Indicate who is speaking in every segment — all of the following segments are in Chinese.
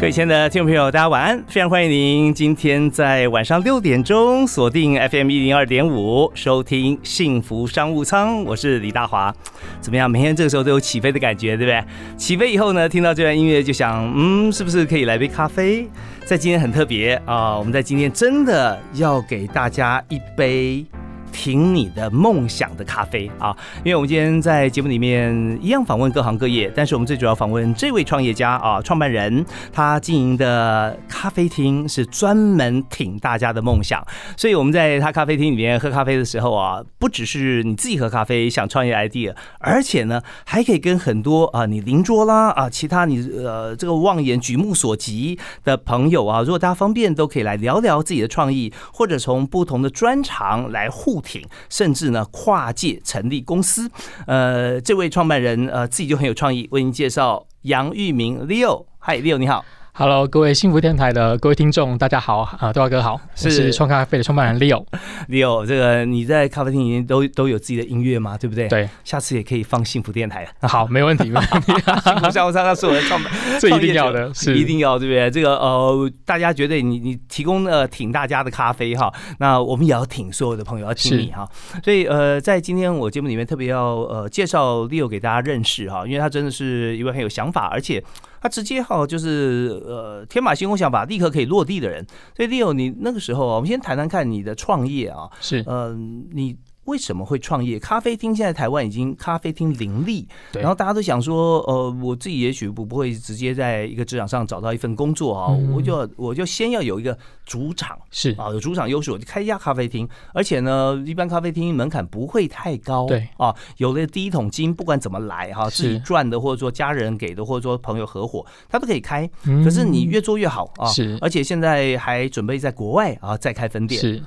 Speaker 1: 各位亲爱的听众朋友，大家晚安！非常欢迎您今天在晚上六点钟锁定 FM 一零二点五收听《幸福商务舱》，我是李大华。怎么样？每天这个时候都有起飞的感觉，对不对？起飞以后呢，听到这段音乐就想，嗯，是不是可以来杯咖啡？在今天很特别啊、我们在今天真的要给大家一杯挺你的梦想的咖啡啊！因为我们今天在节目里面一样访问各行各业，但是我们最主要访问这位创业家啊，创办人，他经营的咖啡厅是专门挺大家的梦想，所以我们在他咖啡厅里面喝咖啡的时候啊，不只是你自己喝咖啡想创业 idea，而且呢还可以跟很多啊你邻桌啦啊其他你呃这个望眼举目所及的朋友啊，如果大家方便都可以来聊聊自己的创意，或者从不同的专长来互挺，甚至呢跨界成立公司。呃，这位创办人呃自己就很有创意，为您介绍杨玉明 Leo。嗨，Leo 你好。
Speaker 2: Hello，各位幸福电台的各位听众，大家好啊、呃，豆花哥好，
Speaker 1: 是
Speaker 2: 我是创咖啡的创办人 Leo。
Speaker 1: Leo，这个你在咖啡厅里面都都有自己的音乐嘛，对不对？，
Speaker 2: 对，
Speaker 1: 下次也可以放幸福电台 了。
Speaker 2: 好，没问题，没 问题，
Speaker 1: 幸福商务舱，那是我的创办，
Speaker 2: 这一定要的，是
Speaker 1: 一定要对不对？这个呃，大家觉得你你提供呃挺大家的咖啡哈，那我们也要挺所有的朋友，要挺你哈。所以呃，在今天我节目里面特别要呃介绍 Leo 给大家认识哈，因为他真的是一位很有想法，而且。他直接哈就是呃天马行空想法立刻可以落地的人，所以 Leo 你那个时候啊，我们先谈谈看你的创业啊，
Speaker 2: 是
Speaker 1: 呃，你为什么会创业？咖啡厅现在台湾已经咖啡厅林立，
Speaker 2: 对
Speaker 1: 然后大家都想说，呃，我自己也许不不会直接在一个职场上找到一份工作啊，
Speaker 2: 嗯
Speaker 1: 我就我就先要有一个主场
Speaker 2: 是，
Speaker 1: 啊，有主场优势，我就开一家咖啡厅，而且呢，一般咖啡厅门槛不会太高，
Speaker 2: 对
Speaker 1: 啊，有了第一桶金，不管怎么来哈、自己
Speaker 2: 是
Speaker 1: 赚的或者说家人给的或者说朋友合伙，他都可以开，
Speaker 2: 嗯
Speaker 1: 可是你越做越好啊，
Speaker 2: 是
Speaker 1: 而且现在还准备在国外啊再开分店，
Speaker 2: 是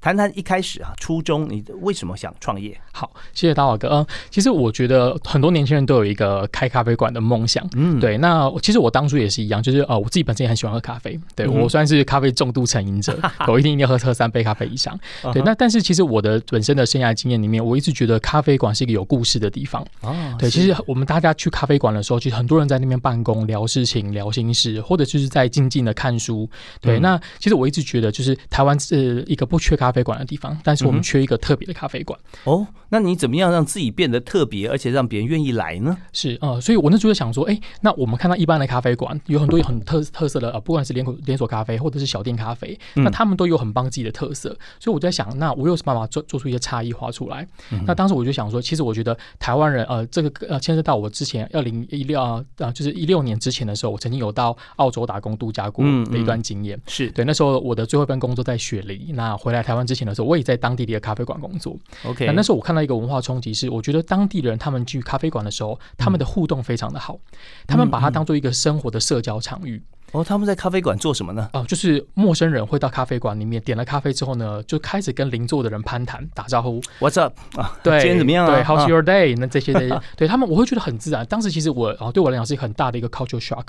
Speaker 1: 谈谈一开始啊，初衷，你为什么想创业？
Speaker 2: 好，谢谢大华哥。嗯，其实我觉得很多年轻人都有一个开咖啡馆的梦想。
Speaker 1: 嗯，
Speaker 2: 对，那我其实我当初也是一样，就是呃，我自己本身也很喜欢喝咖啡，对、
Speaker 1: 嗯哼
Speaker 2: 我算是咖啡重度成 瘾者，我一定一定要喝喝三杯咖啡以上。
Speaker 1: 嗯哼，
Speaker 2: 对，那但是其实我的本身的生涯经验里面，我一直觉得咖啡馆是一个有故事的地方。
Speaker 1: 哦
Speaker 2: 对，
Speaker 1: 是
Speaker 2: 其实我们大家去咖啡馆的时候，其实很多人在那边办公、聊事情、聊心事，或者就是在静静的看书。对，
Speaker 1: 嗯
Speaker 2: 那其实我一直觉得，就是台湾是一个不缺咖啡馆的地方，但是我
Speaker 1: 嗯
Speaker 2: 们
Speaker 1: 哼
Speaker 2: 缺一个特别的咖啡馆。
Speaker 1: 哦，那你怎么样让自己变得特别，而且让别人愿意来呢？
Speaker 2: 是，呃，所以我那时候就想说，哎、那我们看到一般的咖啡馆有很多有很特特色的，呃，不管是连锁连锁咖啡或者是小店咖啡，
Speaker 1: 嗯
Speaker 2: 那他们都有很棒自己的特色，所以我就在想，那我有什么办法做做出一些差异化出来？
Speaker 1: 嗯
Speaker 2: 那当时我就想说，其实我觉得台湾人，呃，这个呃，牵涉到我之前二零一六啊，呃就是一六年之前的时候，我曾经有到澳洲打工度假过
Speaker 1: 嗯
Speaker 2: 的一段
Speaker 1: 嗯
Speaker 2: 经验。
Speaker 1: 是
Speaker 2: 对，那时候我的最后一份工作在雪梨。那回来台湾之前的时候，我也在当地的一个咖啡馆工作。
Speaker 1: ，OK，
Speaker 2: 那那时候我看到一个文化冲击是，我觉得当地人他们去咖啡馆的时候，他
Speaker 1: 嗯
Speaker 2: 们的互动非常的好，他们把它当做一个生活的社交场域
Speaker 1: 哦，他们在咖啡馆做什么呢？
Speaker 2: 啊、就是陌生人会到咖啡馆里面点了咖啡之后呢，就开始跟邻座的人攀谈、打招呼，
Speaker 1: What's up 啊？
Speaker 2: 对，
Speaker 1: 今天怎么样啊？
Speaker 2: 对，How's
Speaker 1: 啊
Speaker 2: your day？、那这些的， 对他们，我会觉得很自然。当时其实我啊，对我来讲是一个很大的一个 culture shock，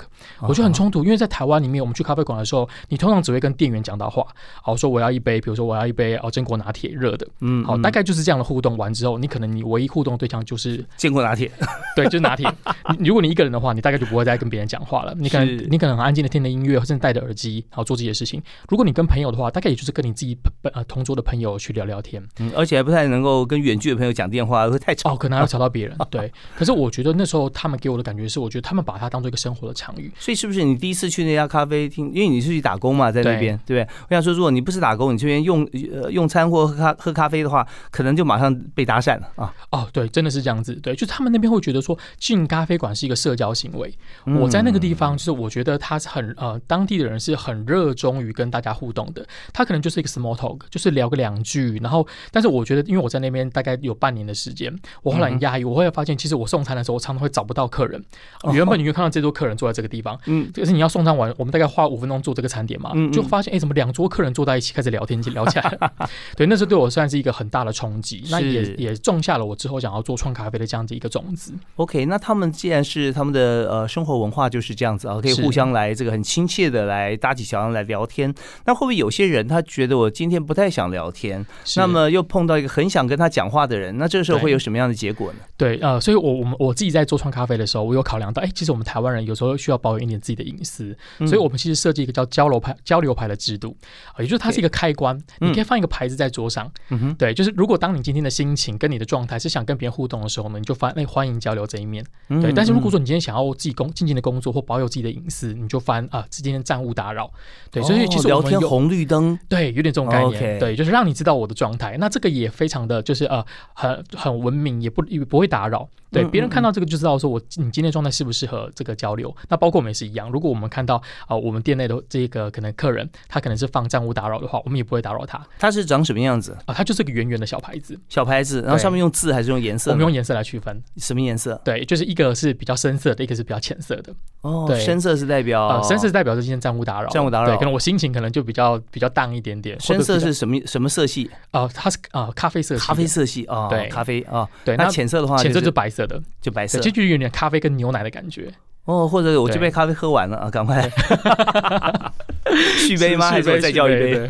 Speaker 1: 啊
Speaker 2: 我觉得很冲突，因为在台湾里面，我们去咖啡馆的时候，你通常只会跟店员讲到话，哦，说我要一杯，比如说我要一杯哦，榛果拿铁热的，
Speaker 1: 嗯，
Speaker 2: 好，
Speaker 1: 嗯
Speaker 2: 大概就是这样的互动完之后，你可能你唯一互动对象就是
Speaker 1: 见过拿铁，
Speaker 2: 对，就是拿铁。你如果你一个人的话，你大概就不会再跟别人讲话了。你可
Speaker 1: 是
Speaker 2: 能你可能很安静的听着音乐，甚至戴着耳机，然后做自己的事情。如果你跟朋友的话，大概也就是跟你自己本呃同桌的朋友去聊聊天。
Speaker 1: 嗯而且还不太能够跟远距的朋友讲电话，会太吵。
Speaker 2: 哦，可能还会吵到别人。对，可是我觉得那时候他们给我的感觉是，我觉得他们把它当做一个生活的场域。
Speaker 1: 所以是不是你第一次去那家咖啡厅？因为你是去打工嘛，在那边，对不对？我想说，如果你不是打工，你这边用呃用餐或喝咖喝咖啡的话，可能就马上被搭讪了啊。
Speaker 2: 哦，对，真的是这样子。对，就是
Speaker 1: 嗯
Speaker 2: 他们那边会觉得说进咖啡馆是一个社交行为。我在那个地方，就是我觉得它是很很呃当地的人是很热衷于跟大家互动的，他可能就是一个 small talk，就是聊个两句，然后但是我觉得因为我在那边大概有半年的时间，我后来
Speaker 1: 嗯
Speaker 2: 很压抑，我后来发现其实我送餐的时候，我常常会找不到客人，
Speaker 1: 哦
Speaker 2: 原本你会看到这桌客人坐在这个地方。
Speaker 1: 嗯，
Speaker 2: 可是你要送餐完，我们大概花五分钟做这个餐点嘛，
Speaker 1: 嗯嗯
Speaker 2: 就发现哎、诶怎么两桌客人坐在一起开始聊天，聊起来了。 对，那时候对我算是一个很大的冲击，那也
Speaker 1: 是
Speaker 2: 也种下了我之后想要做创咖啡的这样子一个种子。
Speaker 1: OK，那他们既然是他们的呃生活文化就是这样子啊，可以
Speaker 2: 是
Speaker 1: 互相来这个很亲切的来搭起小样来聊天。那会不会有些人他觉得我今天不太想聊天，
Speaker 2: 是
Speaker 1: 那么又碰到一个很想跟他讲话的人，那这个时候
Speaker 2: 对
Speaker 1: 会有什么样的结果呢？
Speaker 2: 对，呃，所以我我们我自己在做创咖啡的时候，我有考量到，哎，其实我们台湾人有时候需要保有一点自己的隐私，
Speaker 1: 嗯
Speaker 2: 所以我们其实设计一个叫交流牌交流牌的制度，呃也就是它是一个开关，
Speaker 1: 嗯
Speaker 2: 你可以放一个牌子在桌上，
Speaker 1: 嗯哼，
Speaker 2: 对，就是如果当你今天的心情跟你的状态是想跟别人互动的时候呢，你就翻哎欢迎交流这一面，
Speaker 1: 嗯
Speaker 2: 对，但是如果
Speaker 1: 说
Speaker 2: 说你今天想要自己工静静的工作或保有自己的隐私，你就翻啊、今天暂勿打扰，对，所以其实我
Speaker 1: 哦聊
Speaker 2: 们
Speaker 1: 天
Speaker 2: 有
Speaker 1: 红绿灯，
Speaker 2: 对，有点这种概念
Speaker 1: OK
Speaker 2: 对，就是让你知道我的状态。那这个也非常的就是呃，很很文明，也不也不会打扰。对，
Speaker 1: 嗯
Speaker 2: 别人
Speaker 1: 嗯
Speaker 2: 看到这个就知道说我你今天状态适不适合这个交流。那包括我们也是一样，如果我们看到啊、呃我们店内的这个可能客人他可能是放暂勿打扰的话，我们也不会打扰他啊、
Speaker 1: 它是长什么样子？
Speaker 2: 它就是个圆圆的小牌子，
Speaker 1: 小牌子，然后
Speaker 2: 对
Speaker 1: 上面用字还是用颜
Speaker 2: 我
Speaker 1: 色
Speaker 2: 们
Speaker 1: 呢？
Speaker 2: 用颜色来区分。
Speaker 1: 什么颜色？
Speaker 2: 对，就是一个是比较深色的，一个是比较浅色的。
Speaker 1: 哦，
Speaker 2: 对
Speaker 1: 深色是代表
Speaker 2: 呃，深色是代表是今天暂勿打扰，
Speaker 1: 哦暂勿打扰
Speaker 2: 对，可能我心情可能就比较比较淡一点点。或者
Speaker 1: 深色
Speaker 2: 比较
Speaker 1: 是什么什么色系？
Speaker 2: 呃，它是呃咖啡色系的，
Speaker 1: 咖啡色系啊，
Speaker 2: 对
Speaker 1: 咖啡啊。
Speaker 2: 对，
Speaker 1: 那
Speaker 2: 那
Speaker 1: 浅色的话，
Speaker 2: 浅色就是
Speaker 1: 就
Speaker 2: 白色的。
Speaker 1: 就白色
Speaker 2: 对，。这就有点咖啡跟牛奶的感觉。
Speaker 1: 哦，或者我这
Speaker 2: 对
Speaker 1: 杯咖啡喝完了啊，赶快 续杯吗？还是我再叫一 杯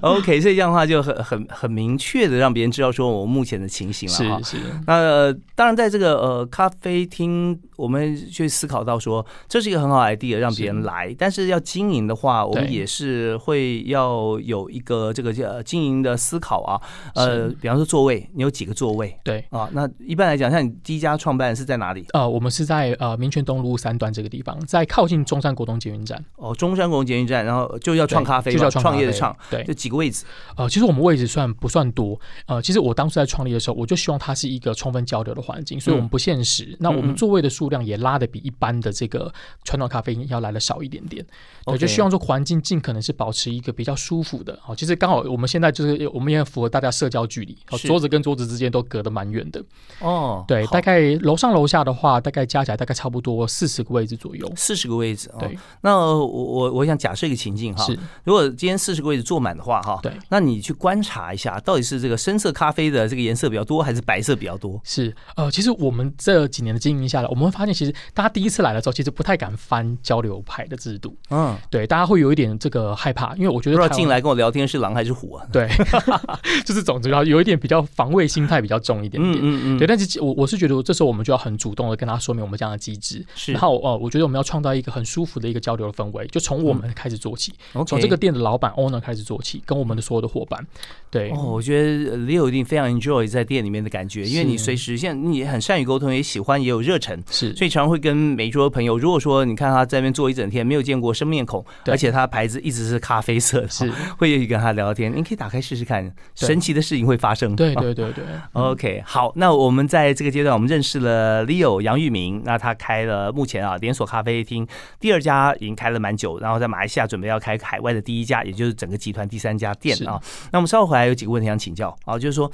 Speaker 1: ？OK，所以这样的话就很很很明确的让别人知道说我目前的情形了哈
Speaker 2: 是。是，
Speaker 1: 那、呃当然，在这个呃咖啡厅，我们去思考到说，这是一个很好的 idea，让别人来。但是要经营的话，我们
Speaker 2: 对
Speaker 1: 也是会要有一个这个呃经营的思考啊。呃，比方说座位，你有几个座位
Speaker 2: 对。
Speaker 1: 啊？那一般来讲，像你第一家创办是在哪里？
Speaker 2: 呃，我们是在呃民权东路三段这个地方，在靠近中山国中捷运站，
Speaker 1: 哦，中山公捷运站，然后就要
Speaker 2: 对
Speaker 1: 创咖啡嘛，
Speaker 2: 就叫
Speaker 1: 创业的创
Speaker 2: 创咖，啡。对
Speaker 1: 就，几个位置。
Speaker 2: 呃，其实我们位置算不算多？呃，其实我当初在创立的时候，我就希望它是一个充分交流的环境，所以我们不限时。那我
Speaker 1: 嗯嗯嗯
Speaker 2: 们座位的数量也拉的比一般的这个传统咖啡因要来的少一点点。对，就
Speaker 1: OK
Speaker 2: 希望说环境尽可能是保持一个比较舒服的。哦，其实刚好我们现在就是我们也符合大家社交距离，哦，
Speaker 1: 是
Speaker 2: 桌子跟桌子之间都隔得蛮远的。
Speaker 1: 哦，
Speaker 2: 对，
Speaker 1: 好
Speaker 2: 大概楼上楼下的话，大概加起来大概差不多四十个位置左右。
Speaker 1: 四十个位置。哦
Speaker 2: 对，
Speaker 1: 那我我我想假设一个情境哈，
Speaker 2: 是，
Speaker 1: 如果今天四十个位置坐满的话哈，
Speaker 2: 对，
Speaker 1: 那你去观察一下，到底是这个深色咖啡的这个颜色比较多，还是白色比较多？
Speaker 2: 是，呃，其实我们这几年的经营下来，我们会发现，其实大家第一次来的时候，其实不太敢翻交流牌的制度，
Speaker 1: 嗯，
Speaker 2: 对，大家会有一点这个害怕，因为我觉
Speaker 1: 不知
Speaker 2: 得
Speaker 1: 道
Speaker 2: 台湾
Speaker 1: 进。来跟我聊天是狼还是虎啊？
Speaker 2: 对， 就是总之要啊有一点比较防卫心态比较重一点点，
Speaker 1: 嗯
Speaker 2: 对。，但是我我是觉得这时候我们就要很主动的跟他说明我们这样的机制，
Speaker 1: 是
Speaker 2: 然。后呃，我觉得我们要创造一个很舒服的一个交流的氛围，就从我们开始做起，从
Speaker 1: 嗯 OK，
Speaker 2: 这个店的老板 owner 开始做起，跟我们的所有的伙伴，对，
Speaker 1: 哦，我觉得 Leo 一定非常 enjoy 在店里面的感觉，因为
Speaker 2: 是
Speaker 1: 你随时现在你也很善于沟通，也喜欢也有热忱，
Speaker 2: 是
Speaker 1: 所以常会跟每一桌朋友，如果说你看他在那边坐一整天，没有见过生面孔，
Speaker 2: 对
Speaker 1: 而且他的牌子一直是咖啡色的，
Speaker 2: 是，
Speaker 1: 会愿意跟他聊天。你可以打开试试看，
Speaker 2: 对
Speaker 1: 神奇的事情会发生。
Speaker 2: 对
Speaker 1: 啊。
Speaker 2: 对对对，
Speaker 1: OK，好，那我们在这个阶段，我们认识了 Leo 杨玉明，那他开了目前啊连锁咖啡厅第二家已经开了蛮久，然后在马来西亚准备要开海外的第一家，也就是整个集团第三家店啊。那我们稍后回来有几个问题想请教啊，就是说，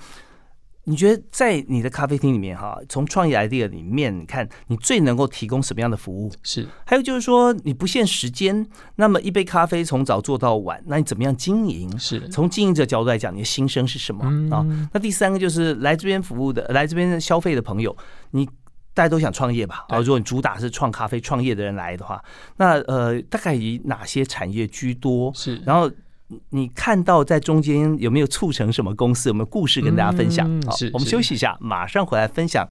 Speaker 1: 你觉得在你的咖啡厅里面哈、从创业 idea 里面，你看你最能够提供什么样的服务？
Speaker 2: 是
Speaker 1: 还有就是说，你不限时间，那么一杯咖啡从早做到晚，那你怎么样经营？
Speaker 2: 是，
Speaker 1: 从经营者角度来讲，你的心声是什么啊？
Speaker 2: 嗯，
Speaker 1: 那第三个就是来这边服务的、来这边消费的朋友，你大家都想创业吧？啊，
Speaker 2: 对
Speaker 1: 如果你主打是创咖啡创业的人来的话，那呃，大概以哪些产业居多？
Speaker 2: 是。
Speaker 1: 然后你看到在中间有没有促成什么公司？有没有故事跟大家分享？
Speaker 2: 嗯
Speaker 1: 好
Speaker 2: 是，
Speaker 1: 我们
Speaker 2: 是
Speaker 1: 休息一下，马上回来分享。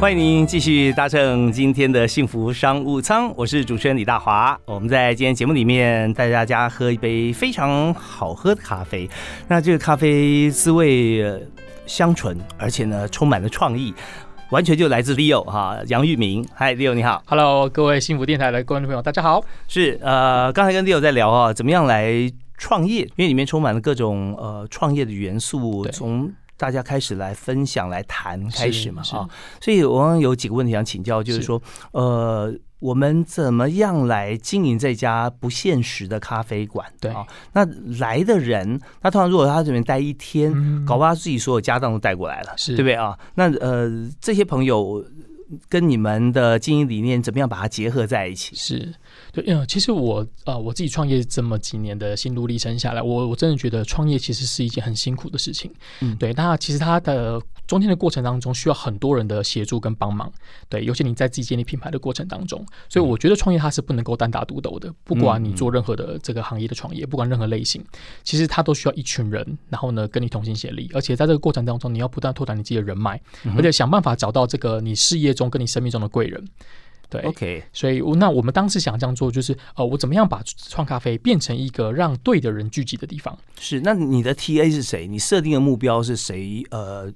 Speaker 1: 欢迎您继续搭乘今天的幸福商务舱，我是主持人李大华。我们在今天节目里面带大家喝一杯非常好喝的咖啡，那这个咖啡滋味呃香醇，而且呢充满了创意，完全就来自 Leo 哈杨玉明。嗨，Leo 你好，
Speaker 2: Hello，各位幸福电台的观众朋友，大家好。
Speaker 1: 是呃刚才跟 Leo 在聊啊，怎么样来创业，因为里面充满了各种呃创业的元素，
Speaker 2: 对
Speaker 1: 从大家开始来分享、来谈开始嘛
Speaker 2: 是
Speaker 1: 啊。所以我刚刚有几个问题想请教，就是
Speaker 2: 是
Speaker 1: 说，呃，我们怎么样来经营这家不现实的咖啡馆？
Speaker 2: 对
Speaker 1: 啊，那来的人，他通常如果他这边待一天，
Speaker 2: 嗯
Speaker 1: 搞不好他自己所有家当都带过来了，
Speaker 2: 是
Speaker 1: 对不对啊？那呃，这些朋友跟你们的经营理念怎么样把它结合在一起？
Speaker 2: 是对，嗯，其实我呃我自己创业这么几年的心路历程下来，我我真的觉得创业其实是一件很辛苦的事情。
Speaker 1: 嗯
Speaker 2: 对，那其实它的中间的过程当中需要很多人的协助跟帮忙。对，尤其你在自己建立品牌的过程当中，所以我觉得创业它是不能够单打独斗的。不管你做任何的这个行业的创业，不管任何类型，其实它都需要一群人，然后呢跟你同心协力，而且在这个过程当中，你要不断拓展你自己的人脉，而且想办法找到这个你事业中跟你生命中的贵人。对
Speaker 1: 嗯 OK，
Speaker 2: 所以我，那我们当时想这样做，就是呃，我怎么样把创咖啡变成一个让对的人聚集的地方？
Speaker 1: 是那你的 TA 是谁？你设定的目标是谁？呃，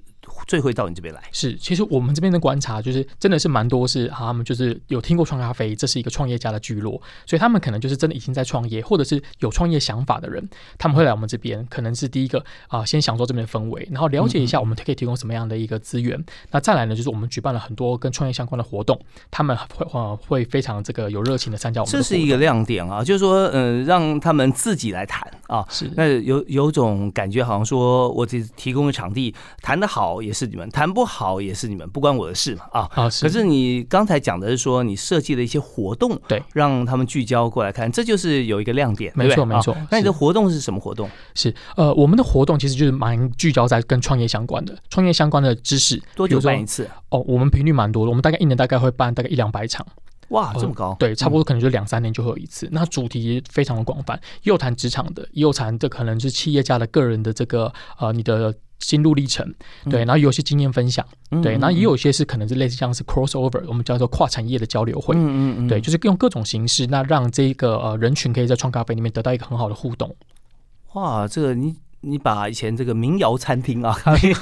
Speaker 1: 最会到你这边来？
Speaker 2: 是，其实我们这边的观察就是，真的是蛮多是、啊、他们就是有听过创咖啡，这是一个创业家的聚落，所以他们可能就是真的已经在创业，或者是有创业想法的人，他们会来我们这边，可能是第一个啊、先享受这边的氛围，然后了解
Speaker 1: 嗯
Speaker 2: 一下我们可以提供什么样的一个资源。那再来呢，就是我们举办了很多跟创业相关的活动，他们会呃会非常这个有热情的参加我们的
Speaker 1: 这
Speaker 2: 活动。
Speaker 1: 是一个亮点啊，就是说，呃，让他们自己来谈啊。
Speaker 2: 是
Speaker 1: 那有有种感觉，好像说我只提供个场地，谈得好也是你们，谈不好也是你们，不关我的事嘛啊。
Speaker 2: 啊，是
Speaker 1: 可是你刚才讲的是说，你设计了一些活动，
Speaker 2: 对，
Speaker 1: 让他们聚焦过来看，这就是有一个亮点，
Speaker 2: 没错
Speaker 1: 对不对
Speaker 2: 没错
Speaker 1: 啊那你的
Speaker 2: 是
Speaker 1: 活动是什么活动？
Speaker 2: 是，呃，我们的活动其实就是蛮聚焦在跟创业相关的，创业相关的知识。
Speaker 1: 多
Speaker 2: 比
Speaker 1: 久
Speaker 2: 如说
Speaker 1: 办一次？
Speaker 2: 哦，我们频率蛮多的，我们大概一年大概会办大概一两百场，
Speaker 1: 哇，
Speaker 2: 呃
Speaker 1: 这么高？
Speaker 2: 对，差不
Speaker 1: 多。
Speaker 2: 多可能就两三年就会有一次。那主题也非常的广泛，也有谈职场的，也有谈这可能是企业家的个人的这个呃你的。心路历程，对，
Speaker 1: 嗯
Speaker 2: 然后有一些经验分享，对，然后也有一些是可能是类似像是 crossover，我们叫做跨产业的交流会，
Speaker 1: 嗯嗯嗯，
Speaker 2: 对，就是用各种形式，那让这个呃人群可以在创咖啡里面得到一个很好的 互动。
Speaker 1: 哇，这个你你把以前这个民谣餐厅啊 咖啡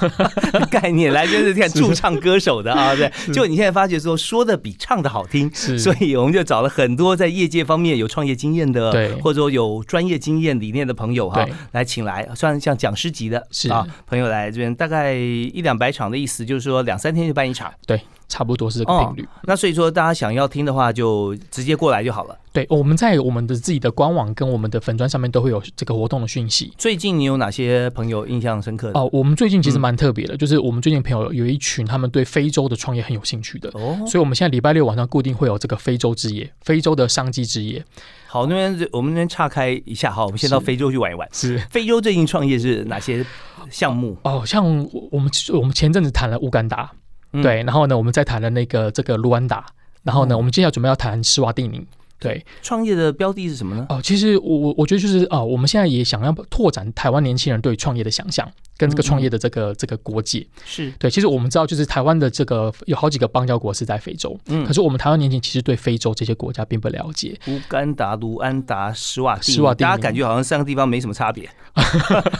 Speaker 1: 概念来就是看驻唱歌手的 啊，对，就你现在发觉说说的比唱的好听，
Speaker 2: 是
Speaker 1: 所以我们就找了很多在业界方面有创业经验的，
Speaker 2: 对
Speaker 1: 或者说有专业经验理念的朋友哈、
Speaker 2: 对
Speaker 1: 来请来，算像讲师级的
Speaker 2: 是
Speaker 1: 啊朋友来这边，大概一两百场的意思，就是说两三天就办一场。
Speaker 2: 对，差不多是这个频率。
Speaker 1: 那所以说大家想要听的话，就直接过来就好了。
Speaker 2: 对，我们在我们的自己的官网跟我们的粉砖上面都会有这个活动的讯息。
Speaker 1: 最近你有哪些朋友印象深刻的？
Speaker 2: 哦，我们最近其实蛮特别的，就是我们最近朋友有一群他们对非洲的创业很有兴趣的，
Speaker 1: 哦
Speaker 2: 所以我们现在礼拜六晚上固定会有这个非洲之夜，非洲的商机之夜。
Speaker 1: 好，那边我们那边岔开一下哈，我们先到
Speaker 2: 是
Speaker 1: 非洲去玩一玩。
Speaker 2: 是
Speaker 1: 非洲最近创业是哪些项目？
Speaker 2: 哦，像我我们我们前阵子谈了乌干达，
Speaker 1: 嗯
Speaker 2: 对，然后呢，我们再谈了那个这个卢安达，然后呢，
Speaker 1: 哦
Speaker 2: 我们接下来准备要谈施瓦蒂尼。对，
Speaker 1: 创业的标的是什么呢？
Speaker 2: 哦，其实我我我觉得就是啊、呃我们现在也想要拓展台湾年轻人对创业的想象，跟
Speaker 1: 嗯
Speaker 2: 这个创业的这个、这个国界。
Speaker 1: 是
Speaker 2: 对，其实我们知道，就是台湾的这个有好几个邦交国是在非洲，
Speaker 1: 嗯
Speaker 2: 可是我们台湾年轻人其实对非洲这些国家并不了解，
Speaker 1: 乌干达、卢安达、施瓦蒂尼，
Speaker 2: 施瓦蒂尼
Speaker 1: 大家感觉好像三个地方没什么差别。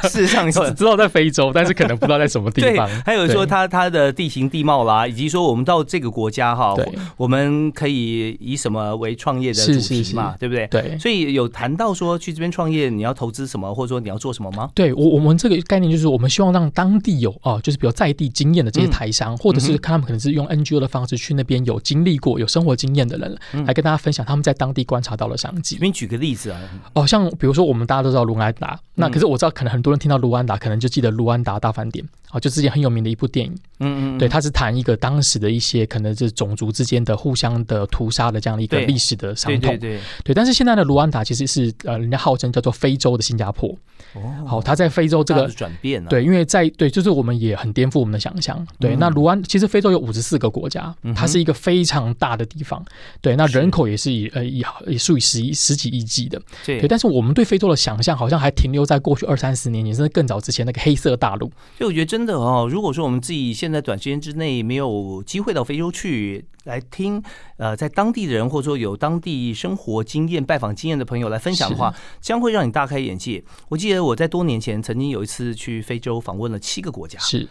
Speaker 1: 事实上有，
Speaker 2: 只知道在非洲，但是可能不知道在什么地
Speaker 1: 对
Speaker 2: 方。，
Speaker 1: 还有说
Speaker 2: 对
Speaker 1: 它它的地形地貌啦，以及说我们到这个国家哈
Speaker 2: 对，
Speaker 1: 我们可以以什么为创业的
Speaker 2: 是
Speaker 1: 主
Speaker 2: 是
Speaker 1: 题嘛，
Speaker 2: 是
Speaker 1: 对不对？
Speaker 2: 对
Speaker 1: 所以有谈到说去这边创业，你要投资什么，或者说你要做什么吗？
Speaker 2: 对我我们这个概念就是，我们希望让当地有啊、就是比如在地经验的
Speaker 1: 嗯
Speaker 2: 这些台商，或者是他们可能是用 NGO 的方式去那边有经历过、有生活经验的人，
Speaker 1: 嗯
Speaker 2: 来跟大家分享他们在当地观察到的商机
Speaker 1: 这。边举个例子啊，
Speaker 2: 哦，像比如说我们大家都知道卢安达，那
Speaker 1: 嗯
Speaker 2: 可是我知道，可能很多人听到卢安达，可能就记得卢安达大饭店啊、就之前很有名的一部电影。
Speaker 1: 嗯嗯，
Speaker 2: 对，它是谈一个当时的一些可能是种族之间的互相的屠杀的这样的一个
Speaker 1: 对
Speaker 2: 历史的伤
Speaker 1: 对
Speaker 2: 痛。
Speaker 1: 对对，
Speaker 2: 对但是现在的卢安达其实是呃，人家号称叫做非洲的新加坡。
Speaker 1: 哦
Speaker 2: 好、它在非洲这
Speaker 1: 大
Speaker 2: 个
Speaker 1: 的转变啊，
Speaker 2: 对，因为在对，就是我们也很颠覆我们的想
Speaker 1: 嗯
Speaker 2: 象。对，那卢安其实非洲有五十四个国家，它是一个非常大的地方。对，那人口也是以呃以也数以十亿十几亿计的。
Speaker 1: 对
Speaker 2: 对，，但是我们对非洲的想象好像还停留在过去二三十年前，甚至更早之前那个黑色大陆。
Speaker 1: 所以我觉得真的哦，如果说我们自己现在短时间之内没有机会到非洲去来听，呃，在当地的人或者说有当地生活经验、拜访经验的朋友来分享的话，将会让你大开眼界。我记得我在多年前曾经有一次去非洲访问了七个国家，
Speaker 2: 是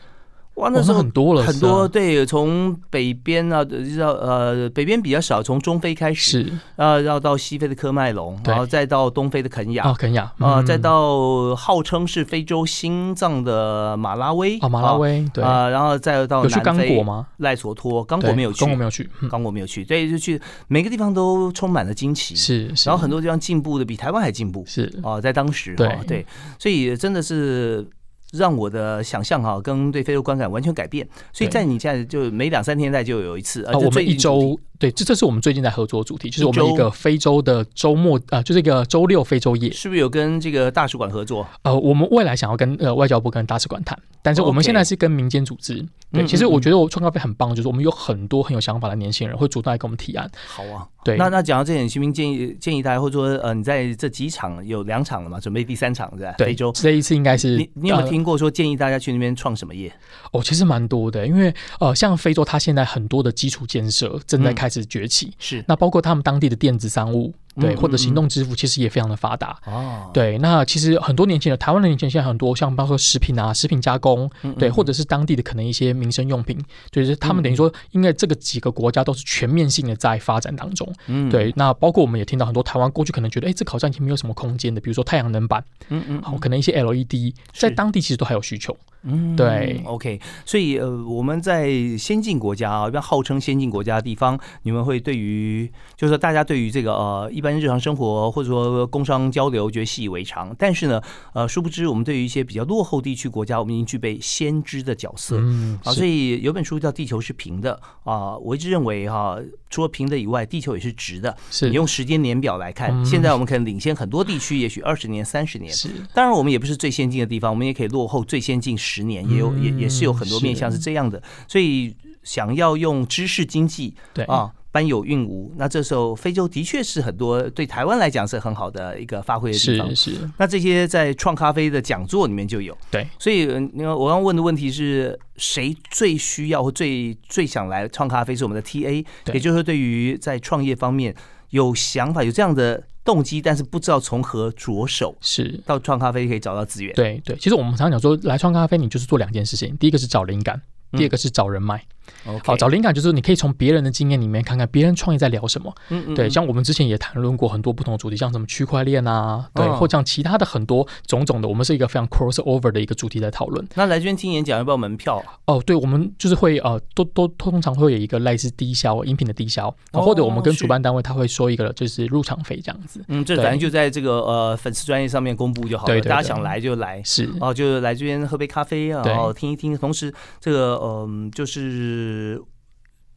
Speaker 1: 哇，那时候
Speaker 2: 很多了，
Speaker 1: 很多啊对，从北边啊，就是到呃北边比较少，从中非开始，
Speaker 2: 是啊
Speaker 1: 呃，要到西非的科麦隆，
Speaker 2: 对
Speaker 1: 然后再到东非的肯雅
Speaker 2: 啊，，肯雅
Speaker 1: 啊，再
Speaker 2: 嗯
Speaker 1: 到号称是非洲心脏的马拉维，
Speaker 2: 哦马拉
Speaker 1: 啊
Speaker 2: 维，对，
Speaker 1: 啊，然后再到
Speaker 2: 有去刚
Speaker 1: 南非
Speaker 2: 果吗？
Speaker 1: 赖索托，刚
Speaker 2: 对
Speaker 1: 果没有去，
Speaker 2: 刚果没有去，嗯
Speaker 1: 刚果没有去，所以就去每个地方都充满了惊奇，
Speaker 2: 是是，
Speaker 1: 然后很多地方进步的比台湾还进步
Speaker 2: 是
Speaker 1: 哦，在当时
Speaker 2: 对
Speaker 1: 哦对，所以真的是。让我的想象哈、跟对非洲观感完全改变，所以
Speaker 2: 对
Speaker 1: 在你现在就每两三天再就有一次，而且
Speaker 2: 啊，我
Speaker 1: 呃最
Speaker 2: 们一
Speaker 1: 近主题
Speaker 2: 周对，这这是我们最近在合作的主题，就是
Speaker 1: 一
Speaker 2: 我们一个非洲的周末啊、呃就是一个周六非洲夜。
Speaker 1: 是不是有跟这个大使馆合作？
Speaker 2: 呃，我们未来想要跟呃外交部跟大使馆谈，但是我们
Speaker 1: 哦 OK
Speaker 2: 现在是跟民间组织。对，
Speaker 1: 嗯
Speaker 2: 其实
Speaker 1: 嗯
Speaker 2: 我
Speaker 1: 嗯
Speaker 2: 觉得我创咖啡很棒，就是我们有很多很有想法的年轻人会主动来跟我们提案。
Speaker 1: 好啊，
Speaker 2: 对，
Speaker 1: 那那讲到这点，徐明建议建议大家，或者说呃，你在这几场有两场了嘛，准备第三场是吧？
Speaker 2: 对
Speaker 1: 非洲，
Speaker 2: 这一次应该是
Speaker 1: 你你有没有
Speaker 2: 呃
Speaker 1: 听过说建议大家去那边创什么业？
Speaker 2: 哦，其实蛮多的，因为呃，像非洲，它现在很多的基础建设正在
Speaker 1: 嗯
Speaker 2: 开始崛起，
Speaker 1: 是
Speaker 2: 那包括他们当地的电子商务，对，
Speaker 1: 嗯
Speaker 2: 或者行
Speaker 1: 嗯
Speaker 2: 动支付，其实也非常的发达。
Speaker 1: 哦，
Speaker 2: 对，那其实很多年轻人，台湾的年轻人现在很多，像包括食品啊、食品加工，
Speaker 1: 嗯
Speaker 2: 对，
Speaker 1: 嗯
Speaker 2: 或者是当地的可能一些民生用品，就是他们等于说，因为这个几个国家都是全面性的在发展当中。
Speaker 1: 嗯
Speaker 2: 对，那包括我们也听到很多台湾过去可能觉得，哎，这个好像已经没有什么空间的，比如说太阳能板，
Speaker 1: 嗯嗯
Speaker 2: 好，可能一些 LED，在
Speaker 1: 是
Speaker 2: 当地其实都还有需求。
Speaker 1: 嗯
Speaker 2: 对
Speaker 1: ，OK，所以呃，我们在先进国家啊，一般号称先进国家的地方，你们会对于，就是说大家对于这个呃，一般日常生活或者说工商交流，觉得习以为常。但是呢，呃，殊不知我们对于一些比较落后地区国家，我们已经具备先知的角色。
Speaker 2: 嗯，
Speaker 1: 啊，
Speaker 2: 是
Speaker 1: 所以有本书叫《地球是平的》啊，我一直认为哈、除了平的以外，地球也是直的。
Speaker 2: 是
Speaker 1: 你用时间年表来看，
Speaker 2: 嗯
Speaker 1: 现在我们可能领先很多地区，也许二十年、三十年。
Speaker 2: 是
Speaker 1: 当然，我们也不是最先进的地方，我们也可以落后最先进十年，也有也也是有很多
Speaker 2: 嗯
Speaker 1: 面向是
Speaker 2: 是
Speaker 1: 这样的。所以，想要用知识经济
Speaker 2: 对
Speaker 1: 啊。班有韵无，那这时候非洲的确是很多对台湾来讲是很好的一个发挥的地方
Speaker 2: 是。是，
Speaker 1: 那这些在创咖啡的讲座里面就有。
Speaker 2: 对，
Speaker 1: 所以呃那个我刚问的问题是谁最需要或最最想来创咖啡是我们的 TA，
Speaker 2: 对
Speaker 1: 也就是说对于在创业方面有想法有这样的动机，但是不知道从何着手，
Speaker 2: 是。
Speaker 1: 到创咖啡可以找到资源。
Speaker 2: 对对，其实我们常常讲说，来创咖啡，你就是做两件事情，第一个是找灵感，第二个是找人脉。
Speaker 1: 嗯 OK，
Speaker 2: 好，找灵感就是你可以从别人的经验里面看看别人创业在聊什么。
Speaker 1: 嗯嗯
Speaker 2: 对，
Speaker 1: 嗯
Speaker 2: 像我们之前也谈论过很多不同的主题，像什么区块链啊，对，
Speaker 1: 嗯
Speaker 2: 或像其他的很多种种的，我们是一个非常 cross over 的一个主题在讨论。
Speaker 1: 那来这边听演讲要不要门票？
Speaker 2: 哦，对，我们就是会呃，都都通常会有一个类似低消饮品的低消，或者我们跟
Speaker 1: 哦是
Speaker 2: 主办单位他会说一个就是入场费这样子。
Speaker 1: 嗯，这
Speaker 2: 对
Speaker 1: 反正就在这个呃粉丝专业上面公布就好了，
Speaker 2: 对对
Speaker 1: 大家
Speaker 2: 对
Speaker 1: 想来就来。
Speaker 2: 是，
Speaker 1: 哦，就是来这边喝杯咖啡啊，
Speaker 2: 对
Speaker 1: 然后听一听。同时，这个嗯，就是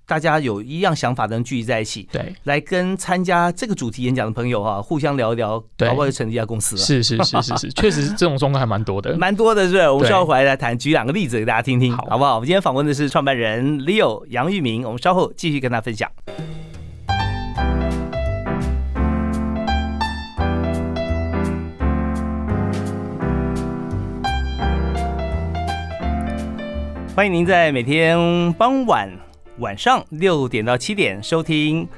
Speaker 1: 大家有一样想法的人聚集在一起，
Speaker 2: 对，
Speaker 1: 来跟参加这个主题演讲的朋友哈、互相聊一聊，
Speaker 2: 对
Speaker 1: 搞不好就成立一家公司了。
Speaker 2: 是是是是是，确实这种状况还蛮 多的。
Speaker 1: 蛮多的，是不是？我们
Speaker 2: 对
Speaker 1: 稍后回来来谈，举两个例子给大家听听，
Speaker 2: 好
Speaker 1: 好不好？我们今天访问的是创办人 Leo 杨玉明，我们稍后继续跟他分享。欢迎您在每天傍晚晚上六点到七点收听《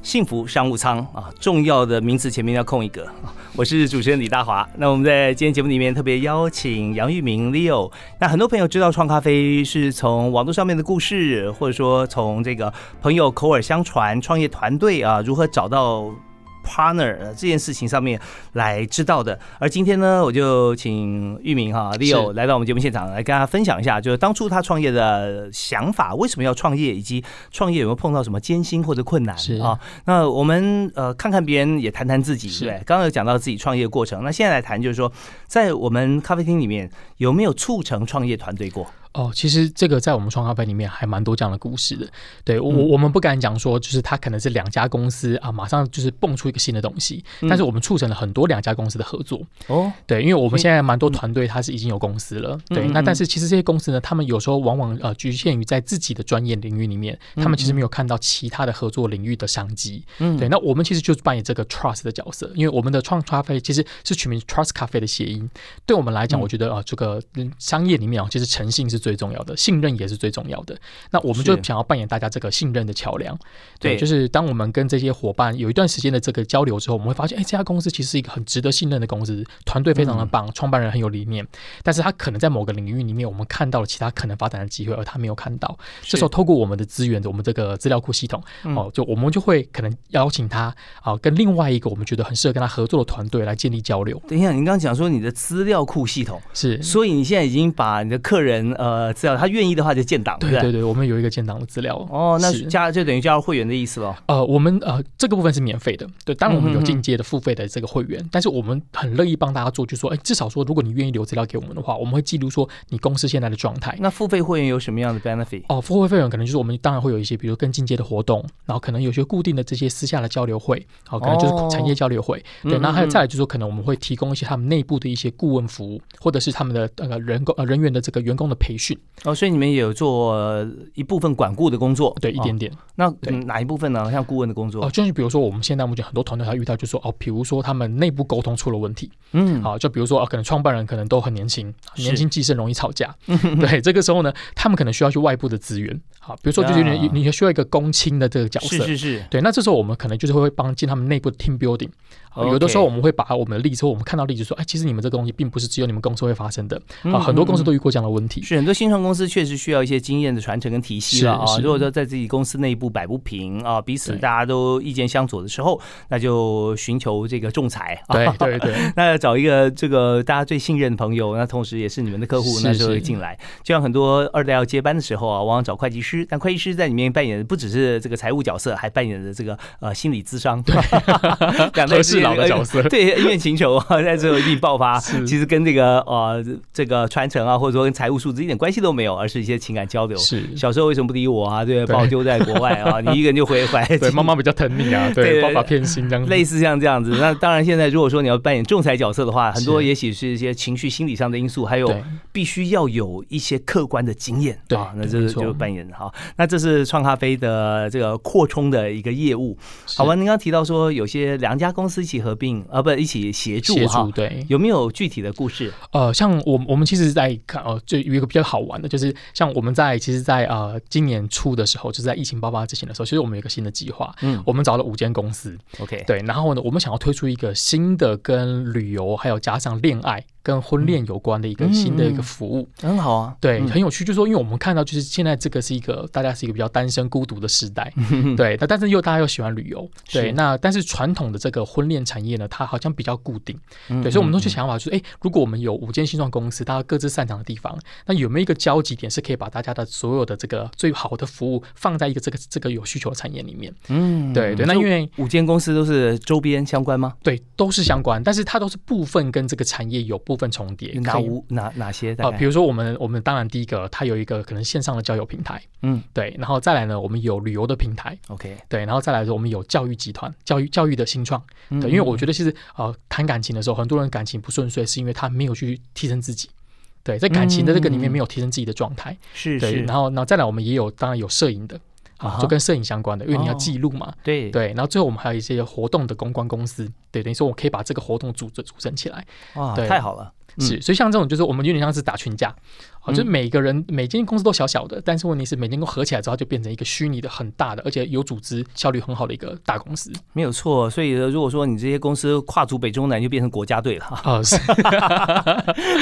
Speaker 1: 幸福商务舱》啊，重要的名词前面要空一格啊。我是主持人李大华。那我们在今天节目里面特别邀请杨玉明 Leo。那很多朋友知道创咖啡是从网络上面的故事，或者说从这个朋友口耳相传，创业团队啊如何找到。partner 呃这件事情上面来知道的，而今天呢，我就请玉明哈 Leo
Speaker 2: 是
Speaker 1: 来到我们节目现场，来跟大家分享一下，就是当初他创业的想法，为什么要创业，以及创业有没有碰到什么艰辛或者困难
Speaker 2: 是
Speaker 1: 啊？那我们呃看看别人，也谈谈自己，
Speaker 2: 是
Speaker 1: 对，刚刚有讲到自己创业过程，那现在来谈就是说，在我们咖啡厅里面有没有促成创业团队过？
Speaker 2: 哦，其实这个在我们创咖啡里面还蛮多这样的故事的。对我，
Speaker 1: 嗯
Speaker 2: 我们不敢讲说，就是它可能是两家公司啊，马上就是蹦出一个新的东西，但是我们促成了很多两家公司的合作。
Speaker 1: 哦，
Speaker 2: 对，因为我
Speaker 1: 所
Speaker 2: 们
Speaker 1: 以
Speaker 2: 现在蛮多团队它是已经有公司了。
Speaker 1: 嗯
Speaker 2: 对，
Speaker 1: 嗯
Speaker 2: 那
Speaker 1: 嗯
Speaker 2: 但是其实这些公司呢，他们有时候往往呃局限于在自己的专业领域里面，他们其实没有看到其他的合作领域的商机。
Speaker 1: 嗯
Speaker 2: 对，那我们其实就是扮演这个 trust 的角色，因为我们的创咖啡其实是取名 trust 咖啡的谐音。对我们来讲，
Speaker 1: 嗯
Speaker 2: 我觉得啊、呃这个嗯商业里面啊，其实诚信是是最重要的，信任也是最重要的。那我们就是想要扮演大家这个信任的桥梁。
Speaker 1: 对
Speaker 2: 就是当我们跟这些伙伴有一段时间的这个交流之后，我们会发现，哎，这家公司其实是一个很值得信任的公司，团队非常的棒，创办人很有理
Speaker 1: 嗯
Speaker 2: 念，但是他可能在某个领域里面，我们看到了其他可能发展的机会，而他没有看到。这时候透过我们的资源，我们这个资料库系统，
Speaker 1: 嗯
Speaker 2: 哦，就我们就会可能邀请他啊、跟另外一个我们觉得很适合跟他合作的团队来建立交流。
Speaker 1: 等一下，您刚刚讲说你的资料库系统，
Speaker 2: 是，
Speaker 1: 所以你现在已经把你的客人呃资料，他愿意的话就建档，
Speaker 2: 对
Speaker 1: 不
Speaker 2: 对对，我们有一个建档的资料。
Speaker 1: 哦，那
Speaker 2: 是
Speaker 1: 加就等于加入会员的意思了。
Speaker 2: 呃，我们呃这个部分是免费的，对，当然我们有
Speaker 1: 嗯哼哼
Speaker 2: 进阶的付费的这个会员，但是我们很乐意帮大家做，就说，哎，至少说，如果你愿意留资料给我们的话，我们会记录说你公司现在的状态。
Speaker 1: 那付费会员有什么样的 benefit？
Speaker 2: 哦，付费费用可能就是我们当然会有一些，比如更进阶的活动，然后可能有些固定的这些私下的交流会，好、可能就是产业交流会，
Speaker 1: 哦
Speaker 2: 对，
Speaker 1: 嗯
Speaker 2: 然后还有
Speaker 1: 嗯嗯
Speaker 2: 再来就是说，可能我们会提供一些他们内部的一些顾问服务，或者是他们的那个、呃、人工呃人员的这个员工的培训，
Speaker 1: 哦，所以你们也有做呃一部分管顾的工作，
Speaker 2: 对，一点
Speaker 1: 哦。
Speaker 2: 点。
Speaker 1: 那
Speaker 2: 对
Speaker 1: 嗯哪一部分呢？像顾问的工
Speaker 2: 哦、
Speaker 1: 作，
Speaker 2: 就是比如说我们现在目前很多团队还遇到，就是说哦，比如说他们内部沟通出了问题，
Speaker 1: 嗯，
Speaker 2: 好，就比如说，呃，可能创办人可能都很年轻，
Speaker 1: 是
Speaker 2: 年轻气盛，容易吵 架。对，这个时候呢，他们可能需要去外部的资源。好，比如说，就是你
Speaker 1: 啊
Speaker 2: 你需要一个公亲的这个角色。
Speaker 1: 是是是，
Speaker 2: 对，那这时候我们可能就是会帮进他们内部的 team building，好
Speaker 1: OK
Speaker 2: 有的时候我们会把我们的例子，或我们看到例子说，哎，其实你们这个东西并不是只有你们公司会发生的，
Speaker 1: 嗯
Speaker 2: 啊，很多公司
Speaker 1: 嗯
Speaker 2: 都遇过这样的问题，
Speaker 1: 是很多新创公司确实需要一些经验的传承跟体系了啊
Speaker 2: 是。是
Speaker 1: 如果说在自己公司内部摆不平啊，彼此
Speaker 2: 对
Speaker 1: 大家都意见相左的时候，那就寻求这个仲裁 啊。
Speaker 2: 对对对，
Speaker 1: 那找一个这个大家最信任的朋友，那同时也是你们的客户，
Speaker 2: 是
Speaker 1: 那就会
Speaker 2: 是
Speaker 1: 进来。就像很多二代要接班的时候啊，往往找会计师，但会计师在里面扮演的不只是这个财务角色，还扮演着这个呃心理咨商，对， 两代
Speaker 2: 和
Speaker 1: 之
Speaker 2: 事
Speaker 1: 间
Speaker 2: 佬的角
Speaker 1: 呃
Speaker 2: 色，
Speaker 1: 对，恩怨情仇啊，在最后一地爆发，
Speaker 2: 是
Speaker 1: 其实跟这个呃这个传承啊，或者说跟财务数字一点关系都没有，而是一些情感交流。
Speaker 2: 是，
Speaker 1: 小时候为什么不理我啊？ 对，
Speaker 2: 对
Speaker 1: 把我丢在国外啊，你一个人就回回来。
Speaker 2: 对，妈妈比较疼你啊，
Speaker 1: 对
Speaker 2: 对，爸爸偏心这样 子，
Speaker 1: 类似像这样子，那当然，现在如果说你要扮演仲裁角色的话，很多
Speaker 2: 是
Speaker 1: 也许是一些情绪、心理上的因素，还有
Speaker 2: 对，
Speaker 1: 必须要有一些客观的经验，
Speaker 2: 对
Speaker 1: 啊，那
Speaker 2: 对
Speaker 1: 这
Speaker 2: 没
Speaker 1: 是
Speaker 2: 错
Speaker 1: 就扮演好。那这是创咖啡的这个扩充的一个业务，好吧？
Speaker 2: 是，
Speaker 1: 您刚刚提到说有些两家公司一起合并，啊，不，一起协助
Speaker 2: 协
Speaker 1: 哈
Speaker 2: 助，，对，
Speaker 1: 有没有具体的故事？
Speaker 2: 呃，像我们我们其实在看，呃，就有一个比较好玩的，就是像我们在其实在，呃今年初的时候，就是在疫情爆发之前的时候，其实我们有一个新的计划，
Speaker 1: 嗯
Speaker 2: 我们找了五间公司，
Speaker 1: ，OK，
Speaker 2: 对，然后呢，我们想要推出一个新的跟旅游还有加上恋爱跟婚恋有关的一个新的一
Speaker 1: 嗯嗯
Speaker 2: 个服务，
Speaker 1: 很好啊，
Speaker 2: 对，
Speaker 1: 嗯
Speaker 2: 很有趣，就是说，因为我们看到，就是现在这个是一个大家是一个比较单身孤独的时代，对，那但是又大家又喜欢旅游，
Speaker 1: 嗯是
Speaker 2: 对，那但是传统的这个婚恋产业呢，它好像比较固定，
Speaker 1: 嗯
Speaker 2: 对，所以我们都去想法就是，哎、如果我们有五间新创公司，大家各自擅长的地方，那有没有一个交集点是可以把大家的所有的这个最好的服务放在一个这个这个有需求的产业里面？
Speaker 1: 嗯
Speaker 2: 对对，那因为。
Speaker 1: 五间公司都是周边相关吗？
Speaker 2: 对，都是相关，但是它都是部分跟这个产业有部分重叠。
Speaker 1: 哪
Speaker 2: 可以
Speaker 1: 五哪哪些？大
Speaker 2: 啊，
Speaker 1: 概
Speaker 2: 比如说我们我们当然第一个，它有一个可能线上的交友平台，
Speaker 1: 嗯
Speaker 2: 对，然后再来呢，我们有旅游的平台，
Speaker 1: ，OK，
Speaker 2: 对，然后再来说我们有教育集团、教育教育的新创，对，
Speaker 1: 嗯
Speaker 2: 因为我觉得其实呃谈感情的时候，很多人感情不顺遂，是因为他没有去提升自己。对，在感情的这个里面
Speaker 1: 嗯
Speaker 2: 没有提升自己的状态，
Speaker 1: 是
Speaker 2: 对，
Speaker 1: 是
Speaker 2: 然，后然后再来我们也有，当然有摄影的，
Speaker 1: 啊
Speaker 2: 啊，
Speaker 1: 哈
Speaker 2: 就跟摄影相关的，因为你要
Speaker 1: 哦
Speaker 2: 记录嘛，
Speaker 1: 对
Speaker 2: 对，然后最后我们还有一些活动的公关公司，对，等于说我可以把这个活动组织组成起来，
Speaker 1: 哇，
Speaker 2: 对
Speaker 1: 太好了，嗯
Speaker 2: 是，所以像这种就是我们有点像是打群架，啊，就是
Speaker 1: 嗯
Speaker 2: 每个人每间公司都小小的，但是问题是每间公司合起来之后，它就变成一个虚拟的很大的，而且有组织效率很好的一个大公司。
Speaker 1: 没有错。所以如果说你这些公司跨足北中南，就变成国家队 了。
Speaker 2: 啊、是，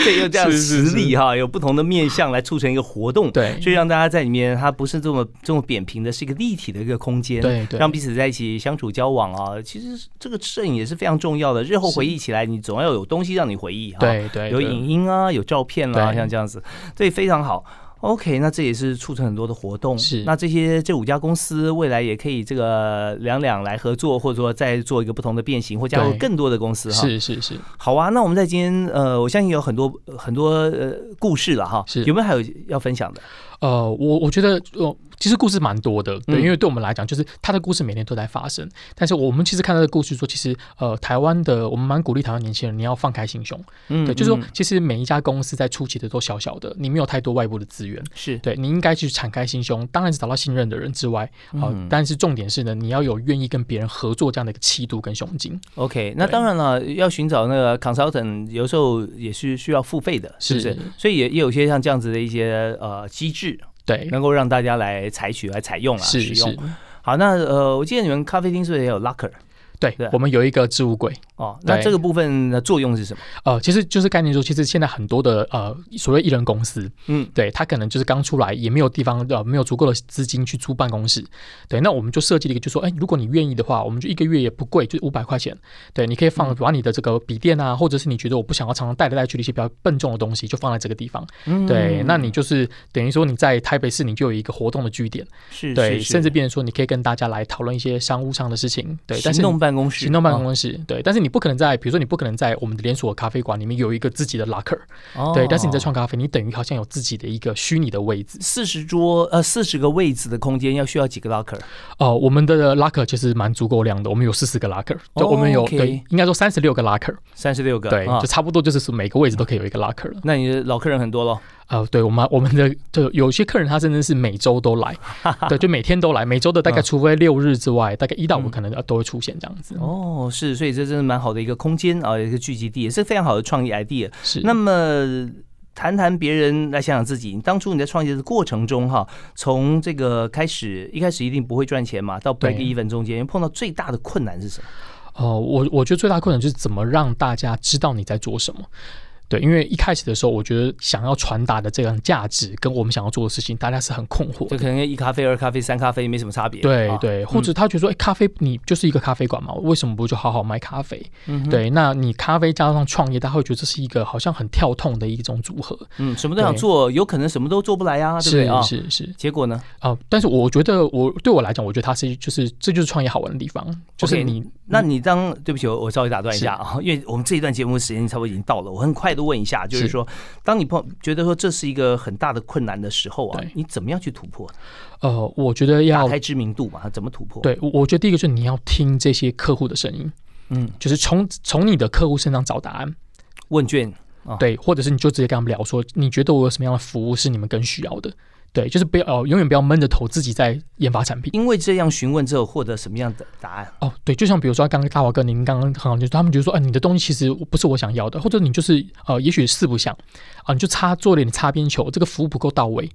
Speaker 1: 对，有这样
Speaker 2: 是
Speaker 1: 实
Speaker 2: 是嗯
Speaker 1: 力哈，有不同的面向来促成一个活动，，
Speaker 2: 对，
Speaker 1: 所以让大家在里面，它不是这么这么扁平的，是一个立体的一个空间，，
Speaker 2: 对对，
Speaker 1: 让彼此在一起相处交往啊。其实这个摄影也是非常重要的，日后
Speaker 2: 是
Speaker 1: 回忆起来，你总要有东西让你回忆哈。，
Speaker 2: 对对
Speaker 1: 有
Speaker 2: 对
Speaker 1: 影音啊，有照片啦、
Speaker 2: 对
Speaker 1: 像这样子，对，非常好。OK，那这也是促成很多的活动。
Speaker 2: 是
Speaker 1: 那这些这五家公司未来也可以这个两两来合作，或者说再做一个不同的变形，或加入
Speaker 2: 对
Speaker 1: 更多的公司哈。
Speaker 2: 是是是，
Speaker 1: 好啊，那我们在今天呃，我相信有很多很多呃故事了哈，
Speaker 2: 是
Speaker 1: 有没有还有要分享的？
Speaker 2: 呃，我我觉得呃，其实故事蛮多的，对，
Speaker 1: 嗯
Speaker 2: 因为对我们来讲，就是他的故事每天都在发生。但是我们其实看到的故事说，其实呃，台湾的我们蛮鼓励台湾年轻人，你要放开心胸，
Speaker 1: 嗯
Speaker 2: 对，就是说
Speaker 1: 嗯，
Speaker 2: 其实每一家公司在初期的都小小的，你没有太多外部的资源，
Speaker 1: 是
Speaker 2: 对你应该去敞开心胸，当然是找到信任的人之外，好、
Speaker 1: 嗯
Speaker 2: 但是重点是呢，你要有愿意跟别人合作这样的一个气度跟胸襟，
Speaker 1: OK，那
Speaker 2: 对
Speaker 1: 当然了，要寻找那个 consultant，有时候也是需要付费的，是不是
Speaker 2: 是？
Speaker 1: 所以也也有一些像这样子的一些呃机制，
Speaker 2: 对，
Speaker 1: 能够让大家来采取、来采用啊、
Speaker 2: 是
Speaker 1: 使用
Speaker 2: 是。，
Speaker 1: 好，那呃，我记得你们咖啡厅是不是也有 locker
Speaker 2: 对
Speaker 1: 对啊
Speaker 2: 我们有一个置物柜，
Speaker 1: 哦？那
Speaker 2: 对
Speaker 1: 这个部分的作用是什么？
Speaker 2: 呃，其实就是概念说，其实现在很多的呃所谓艺人公司，
Speaker 1: 嗯，
Speaker 2: 对他可能就是刚出来，也没有地方呃没有足够的资金去租办公室，对，那我们就设计了一个，就说，哎，如果你愿意的话，我们就一个月也不贵，就五百块钱，对，你可以放
Speaker 1: 嗯
Speaker 2: 把你的这个笔电啊，或者是你觉得我不想要常常带来带去的一些比较笨重的东西，就放在这个地方，
Speaker 1: 嗯
Speaker 2: 对，那你就是等于说你在台北市你就有一个活动的据点，
Speaker 1: 是
Speaker 2: 对，
Speaker 1: 是是
Speaker 2: 甚至变成说你可以跟大家来讨论一些商务上的事情，对，
Speaker 1: 行
Speaker 2: 但是
Speaker 1: 动办公室，嗯
Speaker 2: 行动办
Speaker 1: 室，
Speaker 2: 公室，对，但是你不可能在，比如说你不可能在我们的连锁咖啡馆里面有一个自己的 locker，、
Speaker 1: 哦
Speaker 2: 对，但是你在创咖啡，你等于好像有自己的一个虚拟的位置。
Speaker 1: 四十桌呃四十个位置的空间，要需要几个 locker？
Speaker 2: 哦、我们的 locker 其实蛮足够量的，我们有四十个 locker，就我们有、
Speaker 1: 哦 OK
Speaker 2: 对，应该说三十六个 locker，
Speaker 1: 三十六个，
Speaker 2: 对，
Speaker 1: 啊
Speaker 2: 就差不多就是每个位置都可以有一个 locker 了。
Speaker 1: 那你的老客人很多咯。
Speaker 2: 呃，对我们我们的就有些客人他甚至是每周都 来，对，就每天都来，每周的大概
Speaker 1: 嗯
Speaker 2: 除非六日之外，大概一到五
Speaker 1: 嗯
Speaker 2: 可能呃都会出现这样子。
Speaker 1: 哦，是，所以这真的蛮好的一个空间啊，一个聚集地，也是非常好的创意 idea。
Speaker 2: 是，
Speaker 1: 那么。谈谈别人，来想想自己。你当初你在创业的过程中，哈，从这个开始，一开始一定不会赚钱嘛，到 break
Speaker 2: 对
Speaker 1: even 中间碰到最大的困难是什么？
Speaker 2: 哦，我我觉得最大困难就是怎么让大家知道你在做什么。对，因为一开始的时候，我觉得想要传达的这样价值跟我们想要做的事情，大家是很困惑
Speaker 1: 这
Speaker 2: 的。
Speaker 1: 可能一咖啡、二咖啡、三咖啡没什么差别。
Speaker 2: 对
Speaker 1: 啊，
Speaker 2: 对，或者他觉得说，哎、咖啡你就是一个咖啡馆嘛，为什么不就好好卖咖啡？
Speaker 1: 嗯，
Speaker 2: 对，那你咖啡加上创业，大家会觉得这是一个好像很跳痛的一种组合。
Speaker 1: 嗯，什么都想做，有可能什么都做不来啊，对不对啊？
Speaker 2: 是是是
Speaker 1: 结果呢？
Speaker 2: 啊、但是我觉得我对我来讲，我觉得它是就是这就是创业好玩的地方，就是
Speaker 1: OK，
Speaker 2: 你
Speaker 1: 那你当对不起，我我稍微打断一下啊，因为我们这一段节目时间差不多已经到了，我很快的问一下，就是
Speaker 2: 是
Speaker 1: 说，当你碰觉得说这是一个很大的困难的时候啊
Speaker 2: 对，
Speaker 1: 你怎么样去突破呢？
Speaker 2: 呃，我觉得要
Speaker 1: 打开知名度嘛，怎么突破？，
Speaker 2: 对，我我觉得第一个就是你要听这些客户的声音，
Speaker 1: 嗯，
Speaker 2: 就是从从你的客户身上找答案，
Speaker 1: 问卷
Speaker 2: 对，或者是你就直接跟他们聊说，你觉得我有什么样的服务是你们更需要的，对，就是不要、呃、永远不要闷着头自己在研发产品。
Speaker 1: 因为这样询问之后获得什么样的答案？
Speaker 2: 哦，对，就像比如说刚刚大华哥您刚刚很好，就是他们觉得说，啊、你的东西其实不是我想要的，或者你就是呃，也许四不像啊、你就差做了点擦边球，这个服务不够到位。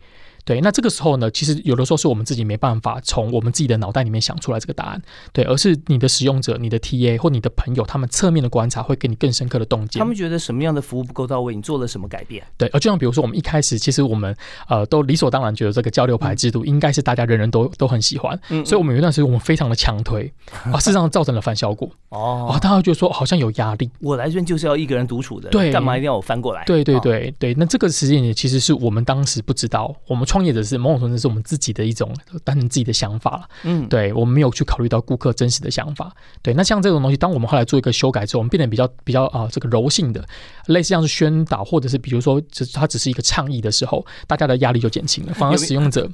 Speaker 2: 对，那这个时候呢，其实有的时候是我们自己没办法从我们自己的脑袋里面想出来这个答案，对，而是你的使用者、你的 TA 或你的朋友，他们侧面的观察会给你更深刻的洞见。
Speaker 1: 他们觉得什么样的服务不够到位？你做了什么改变？
Speaker 2: 对，呃，就像比如说我们一开始，其实我们呃都理所当然觉得这个交流牌制度应该是大家人人都都很喜欢，
Speaker 1: 嗯
Speaker 2: 所以我们有一段时间我们非常的强推，啊，事实上造成了反效果，啊，
Speaker 1: 哦，
Speaker 2: 大家会觉得说好像有压力。
Speaker 1: 我来这边就是要一个人独处的，
Speaker 2: 对
Speaker 1: 干嘛一定要我翻过来？
Speaker 2: 对对
Speaker 1: 啊，
Speaker 2: 对对，那这个时间也其实是我们当时不知道，我们创业者是某种程度是我们自己的一种单纯自己的想法了。
Speaker 1: 嗯，
Speaker 2: 对我们没有去考虑到顾客真实的想法。对，那像这种东西，当我们后来做一个修改之后，我们变得比较比较啊、呃这个柔性的，类似像是宣导，或者是比如说只它只是一个倡议的时候，大家的压力就减轻了，反而使用者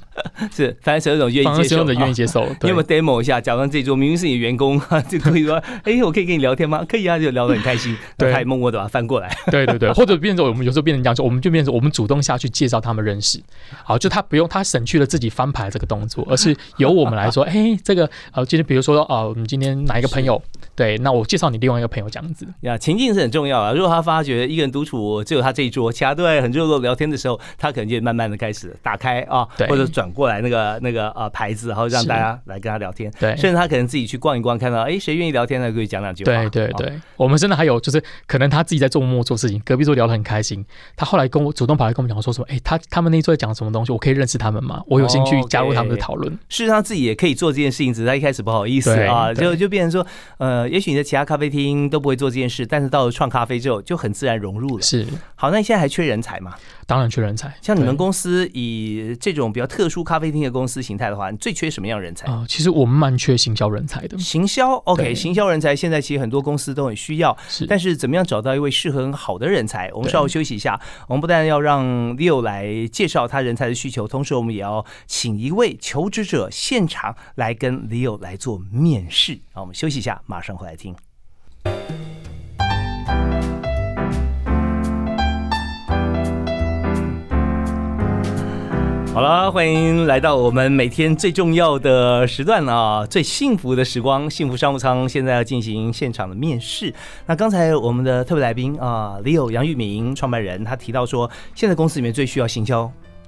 Speaker 1: 是，反正有种愿
Speaker 2: 反
Speaker 1: 意
Speaker 2: 而
Speaker 1: 接
Speaker 2: 使
Speaker 1: 受
Speaker 2: 用者
Speaker 1: 啊
Speaker 2: 愿意接受。
Speaker 1: 你
Speaker 2: 对
Speaker 1: 有没有 demo 一下？假装这桌明明是你员工， 就可以说：“哎、我可以跟你聊天吗？”可以啊，就聊得很开 心。
Speaker 2: 对
Speaker 1: 那他也默默的把它翻过来。
Speaker 2: 对对对，或者变成我们有时候变成这样，就我们就变成我们主动下去介绍他们认识，好，就他不用他省去了自己翻牌这个动作，而是由我们 来说，哎，这个呃，今天比如说呃，我们今天哪一个朋友，对，那我介绍你另外一个朋友这 样子，
Speaker 1: 呀，情境是很重要啊。如果他发觉一个人独处，只有他这一桌，其他都在很热络聊天的时候，他可能就慢慢的开始打开啊，
Speaker 2: 对
Speaker 1: 或者转过来那个那个呃牌子，然后让
Speaker 2: 是
Speaker 1: 大家来跟他聊天。
Speaker 2: 对
Speaker 1: 甚至他可能自己去逛一逛，看到哎谁愿意聊天呢，可以讲两句话。
Speaker 2: 对对
Speaker 1: 啊
Speaker 2: 对，我们真的还有就是，可能他自己在做默默做事情，隔壁桌聊得很开心，他后来跟我主动跑来跟我们讲说什么，哎，他他们那一桌在讲什么东西，我可以认识他们
Speaker 1: 哦
Speaker 2: 吗？我有兴趣加入他们的讨论。
Speaker 1: 事实上自己也可以做这件事情，只是他一开始不好意思
Speaker 2: 对
Speaker 1: 啊，
Speaker 2: 对
Speaker 1: 就就变成说，呃，呃，也许你在其他咖啡厅都不会做这件事，但是到了创咖啡之后，就很自然融入了。
Speaker 2: 是，
Speaker 1: 好，那你现在还缺人才吗？
Speaker 2: 当然缺人才，
Speaker 1: 像你们
Speaker 2: 对
Speaker 1: 公司以这种比较特殊咖啡厅的公司形态的话，你最缺什么样的人才？
Speaker 2: 啊、其实我们蛮缺行销人才的，
Speaker 1: 行销，OK，
Speaker 2: 对
Speaker 1: 行销人才现在其实很多公司都很需要，
Speaker 2: 是，
Speaker 1: 但是怎么样找到一位适合很好的人才？我们
Speaker 2: 对
Speaker 1: 稍后休息一下。我们不但要让 Leo 来介绍他人才的需求，同时我们也要请一位求职者现场来跟 Leo 来做面试。好，我们休息一下，马上回来听。好了，欢迎来到我们每天最重要的时段啊，最幸福的时光，幸福商务舱现在要进行现场的面试。那刚才我们的特别来宾啊，Leo 杨玉明创办人，他提到说，现在公司里面最需要行销、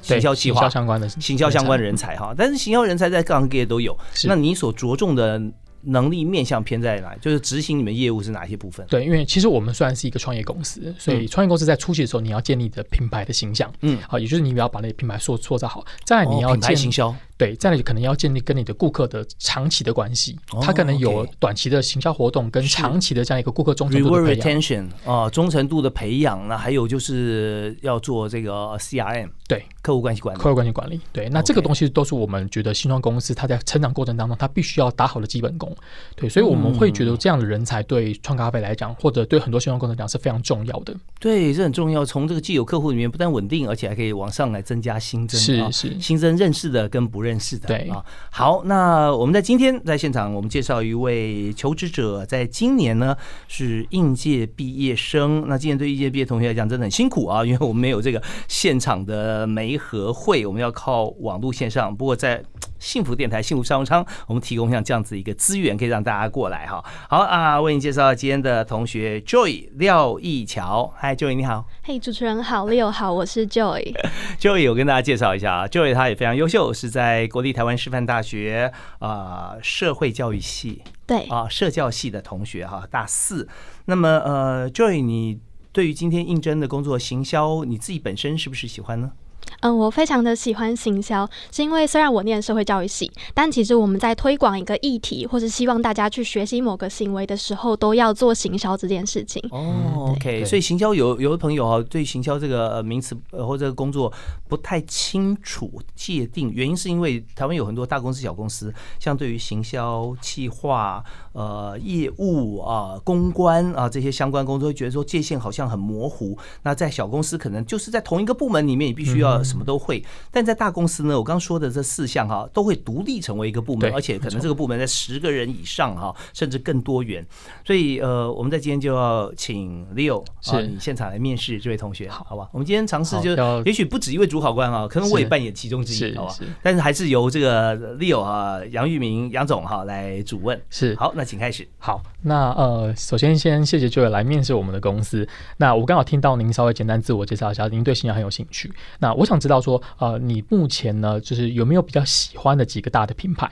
Speaker 2: 对
Speaker 1: 行销计划、
Speaker 2: 相关的，
Speaker 1: 行销相关的人才哈。但是行销人才在各行各业都有，
Speaker 2: 是
Speaker 1: 那你所着重的能力面向偏在哪里？就是执行你们业务是哪些部分？
Speaker 2: 对，因为其实我们虽然是一个创业公司，所以创业公司在初期的时候，你要建立你的品牌的形象，
Speaker 1: 嗯
Speaker 2: 好，也就是你要把那个品牌塑塑造好。再来，你
Speaker 1: 哦
Speaker 2: 要
Speaker 1: 品牌
Speaker 2: 建、
Speaker 1: 行销，
Speaker 2: 对，再来可能要建立跟你的顾客的长期的关系，
Speaker 1: 哦
Speaker 2: 他可能有
Speaker 1: OK
Speaker 2: 短期的行销活动跟
Speaker 1: 是
Speaker 2: 长期的这样一个顾客忠诚度
Speaker 1: 啊 reward
Speaker 2: 的培养。
Speaker 1: retention 啊、忠诚度的培养，那还有就是要做这个 CRM
Speaker 2: 对，
Speaker 1: 客户关系管理
Speaker 2: 客。户关系管理，对，那这个
Speaker 1: OK
Speaker 2: 东西都是我们觉得新创公司它在成长过程当中，它必须要打好的基本功，对，
Speaker 1: 嗯
Speaker 2: 所以我们会觉得这样的人才对创咖啡来讲，或者对很多新创公司来讲是非常重要的，
Speaker 1: 对，这很重要。从这个既有客户里面不但稳定，而且还可以往上来增加新增啊
Speaker 2: 是是，
Speaker 1: 新增认识的跟不认识的。
Speaker 2: 对
Speaker 1: 啊，好，那我们在今天在现场，我们介绍一位求职者，在今年呢是应届毕业生。那今年对应届毕业同学来讲真的很辛苦啊，因为我们没有这个现场的媒合会，我们要靠网络线上。不过在幸福电台、幸福商务舱，我们提供像这样子一个资源，可以让大家过来哈。好啊，为你介绍今天的同学 Joy 廖义乔，嗨，Joy 你好。
Speaker 3: 嘿主持人好，Leo 好，我是 Joy。
Speaker 1: Joey，我跟大家介绍一下啊，Joey 他也非常优秀，是在国立台湾师范大学啊、呃社会教育系
Speaker 3: 对，
Speaker 1: 啊、社教系的同学哈、大四。那么呃，Joey，你对于今天应征的工作行销，你自己本身是不是喜欢呢？
Speaker 3: 嗯，我非常的喜欢行销，是因为虽然我念社会教育系，但其实我们在推广一个议题，或是希望大家去学习某个行为的时候，都要做行销这件事情。嗯
Speaker 1: 哦、o k
Speaker 2: 对
Speaker 1: 所以行销有有的朋友啊，对行销这个呃名词呃或这个工作不太清楚界定，原因是因为台湾有很多大公司、小公司，像对于行销、企划、呃业务啊、公关啊、这些相关工作，会觉得说界限好像很模糊。那在小公司可能就是在同一个部门里面，你必须要什么都会，但在大公司呢，我刚说的这四项哈、都会独立成为一个部门，
Speaker 2: 对
Speaker 1: 而且可能这个部门在十个人以上哈、甚至更多元。所以呃，我们在今天就要请 Leo 啊，
Speaker 2: 是
Speaker 1: 你现场来面试这位同学，
Speaker 2: 好
Speaker 1: 好吧？我们今天尝试
Speaker 2: 好
Speaker 1: 就
Speaker 2: 要
Speaker 1: 也许不止一位主考官啊，可能我也
Speaker 2: 是
Speaker 1: 扮演其中之一，
Speaker 2: 是
Speaker 1: 好吧
Speaker 2: 是？
Speaker 1: 但是还是由这个 Leo 啊，杨玉明杨总哈、来主问。
Speaker 2: 是
Speaker 1: 好，那请开始。
Speaker 2: 好，那呃，首先先谢谢这位来面试我们的公司。那我刚好听到您稍微简单自我介绍一下，您对信仰很有兴趣。那我想知道说，呃，你目前呢，就是有没有比较喜欢的几个大的品牌？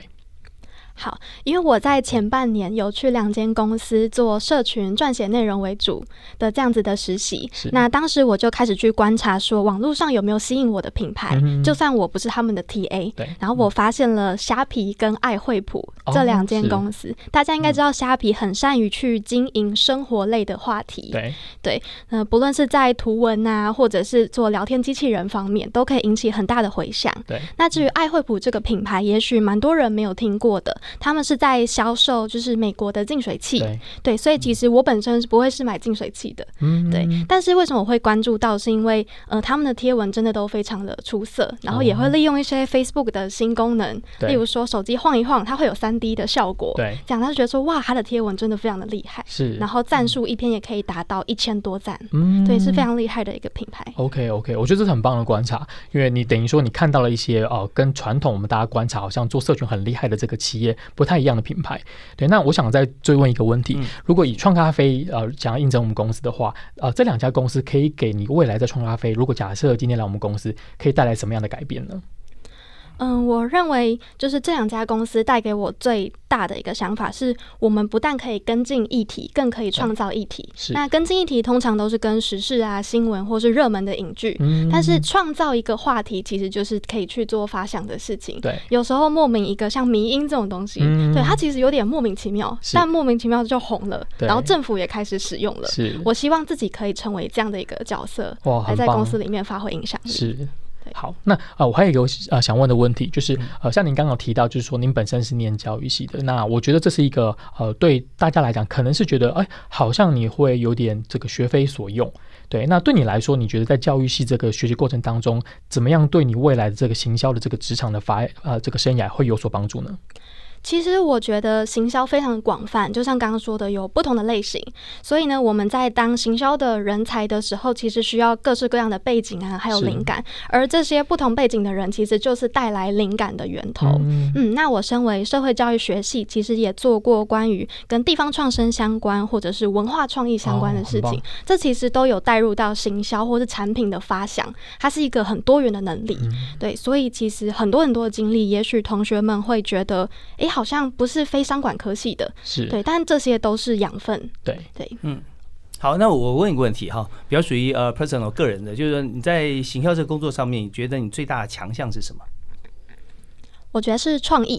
Speaker 3: 好，因为我在前半年有去两间公司做社群撰写内容为主的这样子的实习
Speaker 2: 是，
Speaker 3: 那当时我就开始去观察说网络上有没有吸引我的品牌，
Speaker 2: 嗯
Speaker 3: 就算我不是他们的 TA，
Speaker 2: 对，
Speaker 3: 然后我发现了虾皮跟爱惠普
Speaker 2: 哦
Speaker 3: 这两间
Speaker 2: 是嗯
Speaker 3: 公司，大家应该知道虾皮很善于去经营生活类的话题，
Speaker 2: 嗯对，
Speaker 3: 呃，不论是在图文啊，或者是做聊天机器人方面，都可以引起很大的回响。
Speaker 2: 对，
Speaker 3: 那至于爱惠普这个品牌，也许蛮多人没有听过的，他们是在销售就是美国的净水器，
Speaker 2: 对，
Speaker 3: 对，所以其实我本身是不会是买净水器的，
Speaker 2: 嗯
Speaker 3: 对，但是为什么我会关注到？是因为呃，他们的贴文真的都非常的出色，然后也会利用一些 Facebook 的新功能，
Speaker 2: 哦对
Speaker 3: 例如说手机晃一晃，它会有三 D 的效果，
Speaker 2: 对，
Speaker 3: 这样他就觉得说哇，他的贴文真的非常的厉害，
Speaker 2: 是，
Speaker 3: 然后赞数一篇也可以达到一千多赞，
Speaker 2: 嗯
Speaker 3: 对，是非常厉害的一个品牌。
Speaker 2: OK OK，我觉得这是很棒的观察，因为你等于说你看到了一些哦、呃跟传统我们大家观察好像做社群很厉害的这个企业不太一样的品牌。对，那我想再追问一个问题：
Speaker 1: 嗯
Speaker 2: 如果以创咖啡呃想要应征我们公司的话，呃，这两家公司可以给你未来在创咖啡，如果假设今天来我们公司，可以带来什么样的改变呢？
Speaker 3: 嗯，我认为就是这两家公司带给我最大的一个想法是，我们不但可以跟进议题，更可以创造议题。
Speaker 2: 是
Speaker 3: 那跟进议题通常都是跟时事啊、新闻或是热门的影剧，
Speaker 2: 嗯
Speaker 3: 但是创造一个话题，其实就是可以去做发想的事情。
Speaker 2: 对，
Speaker 3: 有时候莫名一个像迷音这种东西，
Speaker 2: 嗯
Speaker 3: 对它其实有点莫名其妙，
Speaker 2: 是
Speaker 3: 但莫名其妙就红了，
Speaker 2: 对
Speaker 3: 然后政府也开始使用了。
Speaker 2: 是
Speaker 3: 我希望自己可以成为这样的一个角色，
Speaker 2: 哇，
Speaker 3: 还
Speaker 2: 很
Speaker 3: 在
Speaker 2: 棒
Speaker 3: 公司里面发挥影响力。
Speaker 2: 是
Speaker 3: 嗯对。嗯
Speaker 2: 好，那呃，我还有一个呃想问的问题，就是呃，像您刚刚有提到，就是说您本身是念教育系的，那我觉得这是一个呃，对大家来讲，可能是觉得哎，好像你会有点这个学非所用，对。那对你来说，你觉得在教育系这个学习过程当中，怎么样对你未来的这个行销的这个职场的发呃这个生涯会有所帮助呢？
Speaker 3: 其实我觉得行销非常广泛，就像刚刚说的，有不同的类型。所以呢，我们在当行销的人才的时候，其实需要各式各样的背景啊，还有
Speaker 2: 是
Speaker 3: 灵感。而这些不同背景的人，其实就是带来灵感的源头。
Speaker 2: 嗯
Speaker 3: 嗯，那我身为社会教育学系，其实也做过关于跟地方创生相关，或者是文化创意相关的
Speaker 2: 哦
Speaker 3: 事情，
Speaker 2: 很棒
Speaker 3: 这其实都有带入到行销或是产品的发想，它是一个很多元的能力。
Speaker 2: 嗯
Speaker 3: 对，所以其实很多很多的经历，也许同学们会觉得，诶，好像不是非商管科系的，
Speaker 2: 是
Speaker 3: 对，但这些都是养分。
Speaker 2: 对
Speaker 3: 对，
Speaker 1: 好，那我问一个问题哈，比较属于呃 personal 个人的，就是说你在行销这个工作上面，你觉得你最大的强项是什么？
Speaker 3: 我觉得是创意。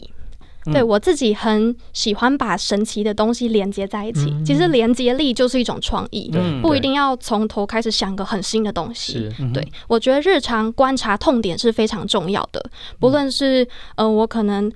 Speaker 1: 嗯
Speaker 3: 对我自己很喜欢把神奇的东西连接在一起，
Speaker 2: 嗯
Speaker 3: 其实连接力就是一种创意，
Speaker 1: 嗯
Speaker 3: 不一
Speaker 2: 对
Speaker 3: 定要从头开始想个很新的东西。
Speaker 2: 是
Speaker 1: 嗯哼
Speaker 3: 对，我觉得日常观察痛点是非常重要的，
Speaker 2: 嗯
Speaker 3: 不论是呃，我可能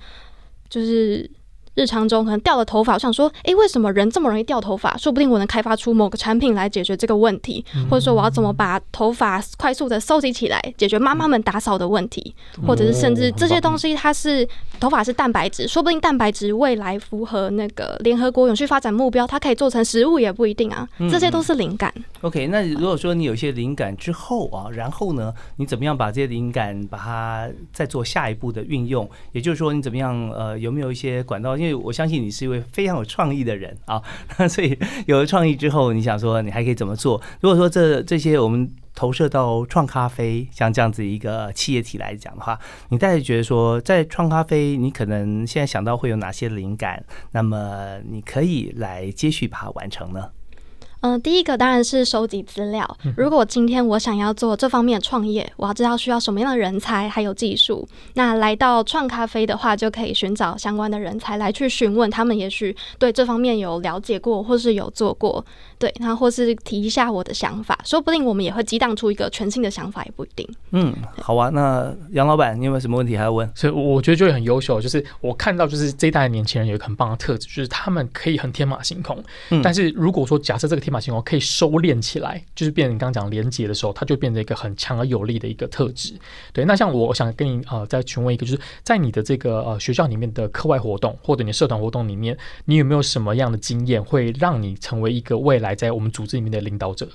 Speaker 3: 就是。日常中可能掉了头发，我想说，诶，为什么人这么容易掉头发？说不定我能开发出某个产品来解决这个问题，
Speaker 2: 嗯
Speaker 3: 或者说我要怎么把头发快速的收集起来，解决妈妈们打扫的问题，
Speaker 2: 嗯
Speaker 3: 或者是甚至这些东西它是头发是蛋白质，说不定蛋白质未来符合那个联合国永续发展目标，它可以做成食物也不一定啊，
Speaker 2: 嗯
Speaker 3: 这些都是灵感。
Speaker 1: OK，那如果说你有一些灵感之后啊，然后呢，你怎么样把这些灵感把它再做下一步的运用？也就是说，你怎么样呃，有没有一些管道？因为我相信你是一位非常有创意的人啊， 那所以有了创意之后，你想说你还可以怎么做？如果说这这些我们投射到创咖啡像这样子一个企业体来讲的话，你大概觉得说，在创咖啡，你可能现在想到会有哪些灵感？那么你可以来接续把它完成呢？
Speaker 3: 嗯、第一个当然是收集资料。如果今天我想要做这方面的创业，我要知道需要什么样的人才还有技术。那来到创咖啡的话，就可以寻找相关的人才来去询问他们，也许对这方面有了解过，或是有做过，对，然后或是提一下我的想法，说不定我们也会激荡出一个全新的想法，也不一定。
Speaker 1: 嗯，好啊。那杨老板，你有没有什么问题还要问？
Speaker 2: 所以我我觉得就会很优秀，就是我看到就是这一代的年轻人有一个很棒的特质，就是他们可以很天马行空。
Speaker 1: 嗯
Speaker 2: 但是如果说假设这个天马行空可以收敛起来，就是变成你刚刚讲连接的时候，它就变成一个很强而有力的一个特质。对，那像我想跟你呃再询问一个，就是在你的这个呃学校里面的课外活动或者你的社团活动里面，你有没有什么样的经验会让你成为一个未来在我们组织里面的领导者？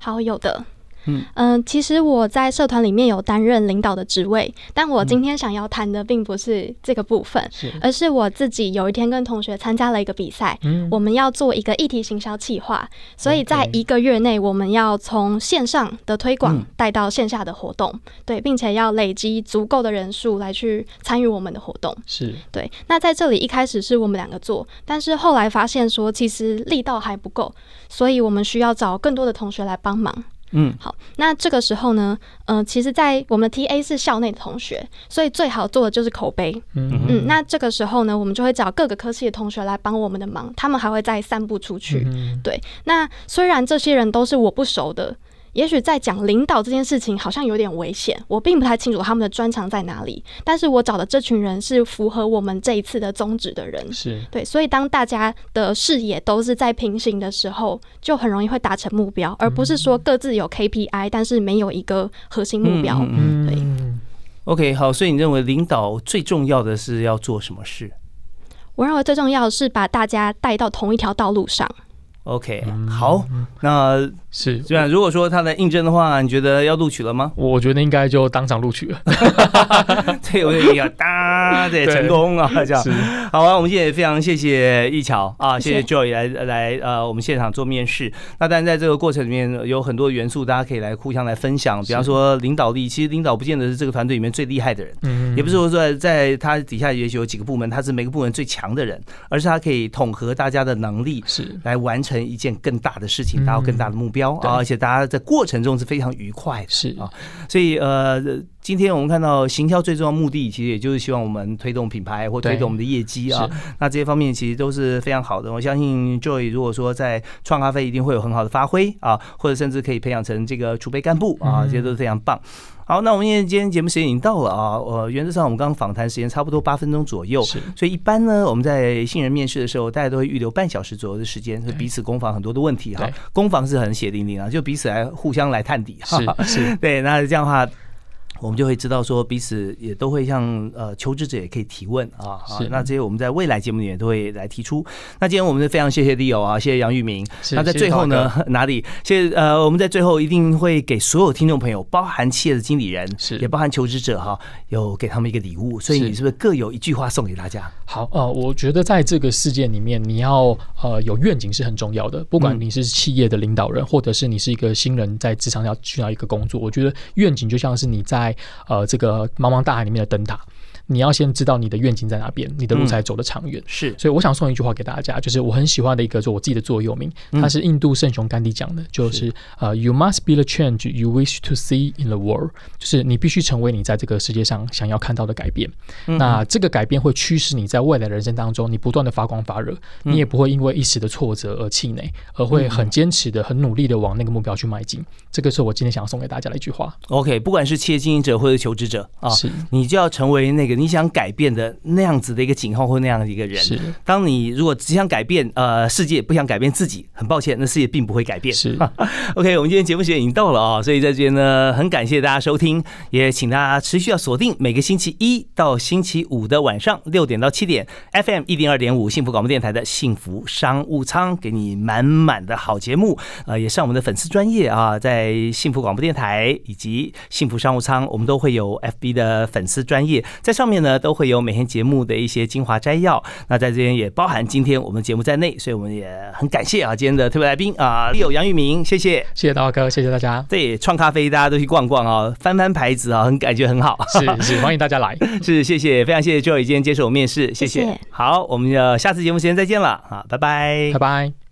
Speaker 3: 好，有的。
Speaker 1: 嗯
Speaker 3: 其实我在社团里面有担任领导的职位，但我今天想要谈的并不是这个部分，
Speaker 2: 是
Speaker 3: 而是我自己有一天跟同学参加了一个比赛，
Speaker 2: 嗯
Speaker 3: 我们要做一个议题行销企划，所以在
Speaker 2: OK
Speaker 3: 一个月内，我们要从线上的推广
Speaker 1: 嗯
Speaker 3: 带到线下的活动，对，并且要累积足够的人数来去参与我们的活动。
Speaker 2: 是
Speaker 3: 对，那在这里一开始是我们两个做，但是后来发现说其实力道还不够，所以我们需要找更多的同学来帮忙。
Speaker 1: 嗯，
Speaker 3: 好，那这个时候呢，嗯、其实，在我们的 TA 是校内的同学，所以最好做的就是口碑。
Speaker 2: 嗯
Speaker 3: 嗯，那这个时候呢，我们就会找各个科系的同学来帮我们的忙，他们还会再散布出去。
Speaker 2: 嗯
Speaker 3: 对，那虽然这些人都是我不熟的，也许在讲领导这件事情好像有点危险，我并不太清楚他们的专长在哪里，但是我找的这群人是符合我们这一次的宗旨的人。
Speaker 2: 是
Speaker 3: 对，所以当大家的视野都是在平行的时候，就很容易会达成目标，而不是
Speaker 1: 嗯
Speaker 3: 说各自有 KPI，但是没有一个核心目标。
Speaker 1: 嗯
Speaker 2: 嗯
Speaker 3: 对
Speaker 1: OK，好。所以你认为领导最重要的是要做什么事？
Speaker 3: 我认为最重要的是把大家带到同一条道路上。
Speaker 1: OK，好，那
Speaker 2: 嗯是，
Speaker 1: 这样如果说他来应征的话，你觉得要录取了吗？
Speaker 2: 我我觉得应该就当场录取了。
Speaker 1: 对，我也要哒，对，
Speaker 2: 对
Speaker 1: 成功啊，这样。
Speaker 2: 是，
Speaker 1: 好啊，我们今天也非常谢谢一桥啊，谢
Speaker 3: 谢
Speaker 1: 谢 Joy 来来呃我们现场做面试。那当然在这个过程里面呃有很多元素，大家可以来互相来分享。比方说领导力，其实领导不见得是这个团队里面最厉害的人，
Speaker 2: 嗯
Speaker 1: 也不是说在在他底下也许有几个部门他是每个部门最强的人，而是他可以统合大家的能力。
Speaker 2: 是，
Speaker 1: 来完成一件更大的事情，
Speaker 2: 嗯
Speaker 1: 达到更大的目标
Speaker 2: 对
Speaker 1: 啊！而且大家在过程中是非常愉快的。
Speaker 2: 是
Speaker 1: 啊所以呃，今天我们看到行销最重要的目的，其实也就是希望我们推动品牌或
Speaker 2: 对
Speaker 1: 推动我们的业绩啊
Speaker 2: 是。
Speaker 1: 那这些方面其实都是非常好的。我相信 Joy 如果说在创咖啡一定会有很好的发挥啊，或者甚至可以培养成这个储备干部啊，
Speaker 2: 嗯
Speaker 1: 这些都是非常棒。好，那我们因为今天节目时间已经到了啊，呃，原则上我们刚刚访谈时间差不多八分钟左右，
Speaker 2: 是
Speaker 1: 所以一般呢，我们在新人面试的时候，大家都会预留半小时左右的时间，是彼此攻防很多的问题哈啊
Speaker 2: 对。
Speaker 1: 攻防是很血淋淋啊，就彼此来互相来探底啊哈。
Speaker 2: 是 是，
Speaker 1: 对，那这样的话。我们就会知道说彼此也都会向呃求职者也可以提问啊，啊
Speaker 2: 是
Speaker 1: 那这些我们在未来节目里面都会来提出。那今天我们非常谢谢 Leo 啊，谢谢杨玉明。
Speaker 2: 是
Speaker 1: 那在最后呢，，哪里？谢谢呃，我们在最后一定会给所有听众朋友，包含企业的经理人，
Speaker 2: 是
Speaker 1: 也包含求职者哈，有给他们一个礼物。所以
Speaker 2: 是
Speaker 1: 你是不是各有一句话送给大家？
Speaker 2: 好，呃，我觉得在这个事件里面，你要呃有愿景是很重要的。不管
Speaker 1: 嗯
Speaker 2: 你是企业的领导人，或者是你是一个新人在职场要去到一个工作，我觉得愿景就像是你在呃这个茫茫大海里面的灯塔，你要先知道你的愿景在哪边，你的
Speaker 1: 嗯
Speaker 2: 路才走得长远。
Speaker 1: 是
Speaker 2: 所以我想送一句话给大家，就是我很喜欢的一个，就我自己的座右铭，
Speaker 1: 嗯
Speaker 2: 它是印度圣雄甘地讲的，就是呃、y o u must be the change you wish to see in the world，就是你必须成为你在这个世界上想要看到的改变。
Speaker 1: 嗯
Speaker 2: 那这个改变会驱使你在未来的人生当中，你不断的发光发热，你也不会因为一时的挫折而气馁，而会很坚持的、很努力的往那个目标去迈进。这个是我今天想要送给大家的一句话。
Speaker 1: OK，不管是企业经营者或者求职者啊，
Speaker 2: 是
Speaker 1: 你就要成为那个你想改变的那样子的一个景号或那样的一个人。
Speaker 2: 是
Speaker 1: 当你如果只想改变呃世界，不想改变自己，很抱歉，那世界并不会改变。
Speaker 2: 是，
Speaker 1: OK，我们今天节目时间已经到了啊、所以在这边呢，很感谢大家收听，也请大家持续要锁定每个星期一到星期五的晚上六点到七点，FM 一零二点五幸福广播电台的幸福商务舱，给你满满的好节目。呃，也上我们的粉丝专业啊，在幸福广播电台以及幸福商务舱，我们都会有 FB 的粉丝专业，在上面呢都会有每天节目的一些精华摘要。那在这边也包含今天我们节目在内，所以我们也很感谢啊今天的特别来宾啊，有杨玉明，谢谢。，
Speaker 2: 谢谢大哥，谢谢大家
Speaker 1: 对，创咖啡大家都去逛逛啊，翻翻牌子啊，很感觉很好。
Speaker 2: 是是，欢迎大家来。
Speaker 1: 是，谢谢，非常谢谢 Joy 今天接受我面试，谢
Speaker 3: 谢谢
Speaker 1: 好，我们呃下次节目时间再见了啊，拜拜
Speaker 2: 拜拜。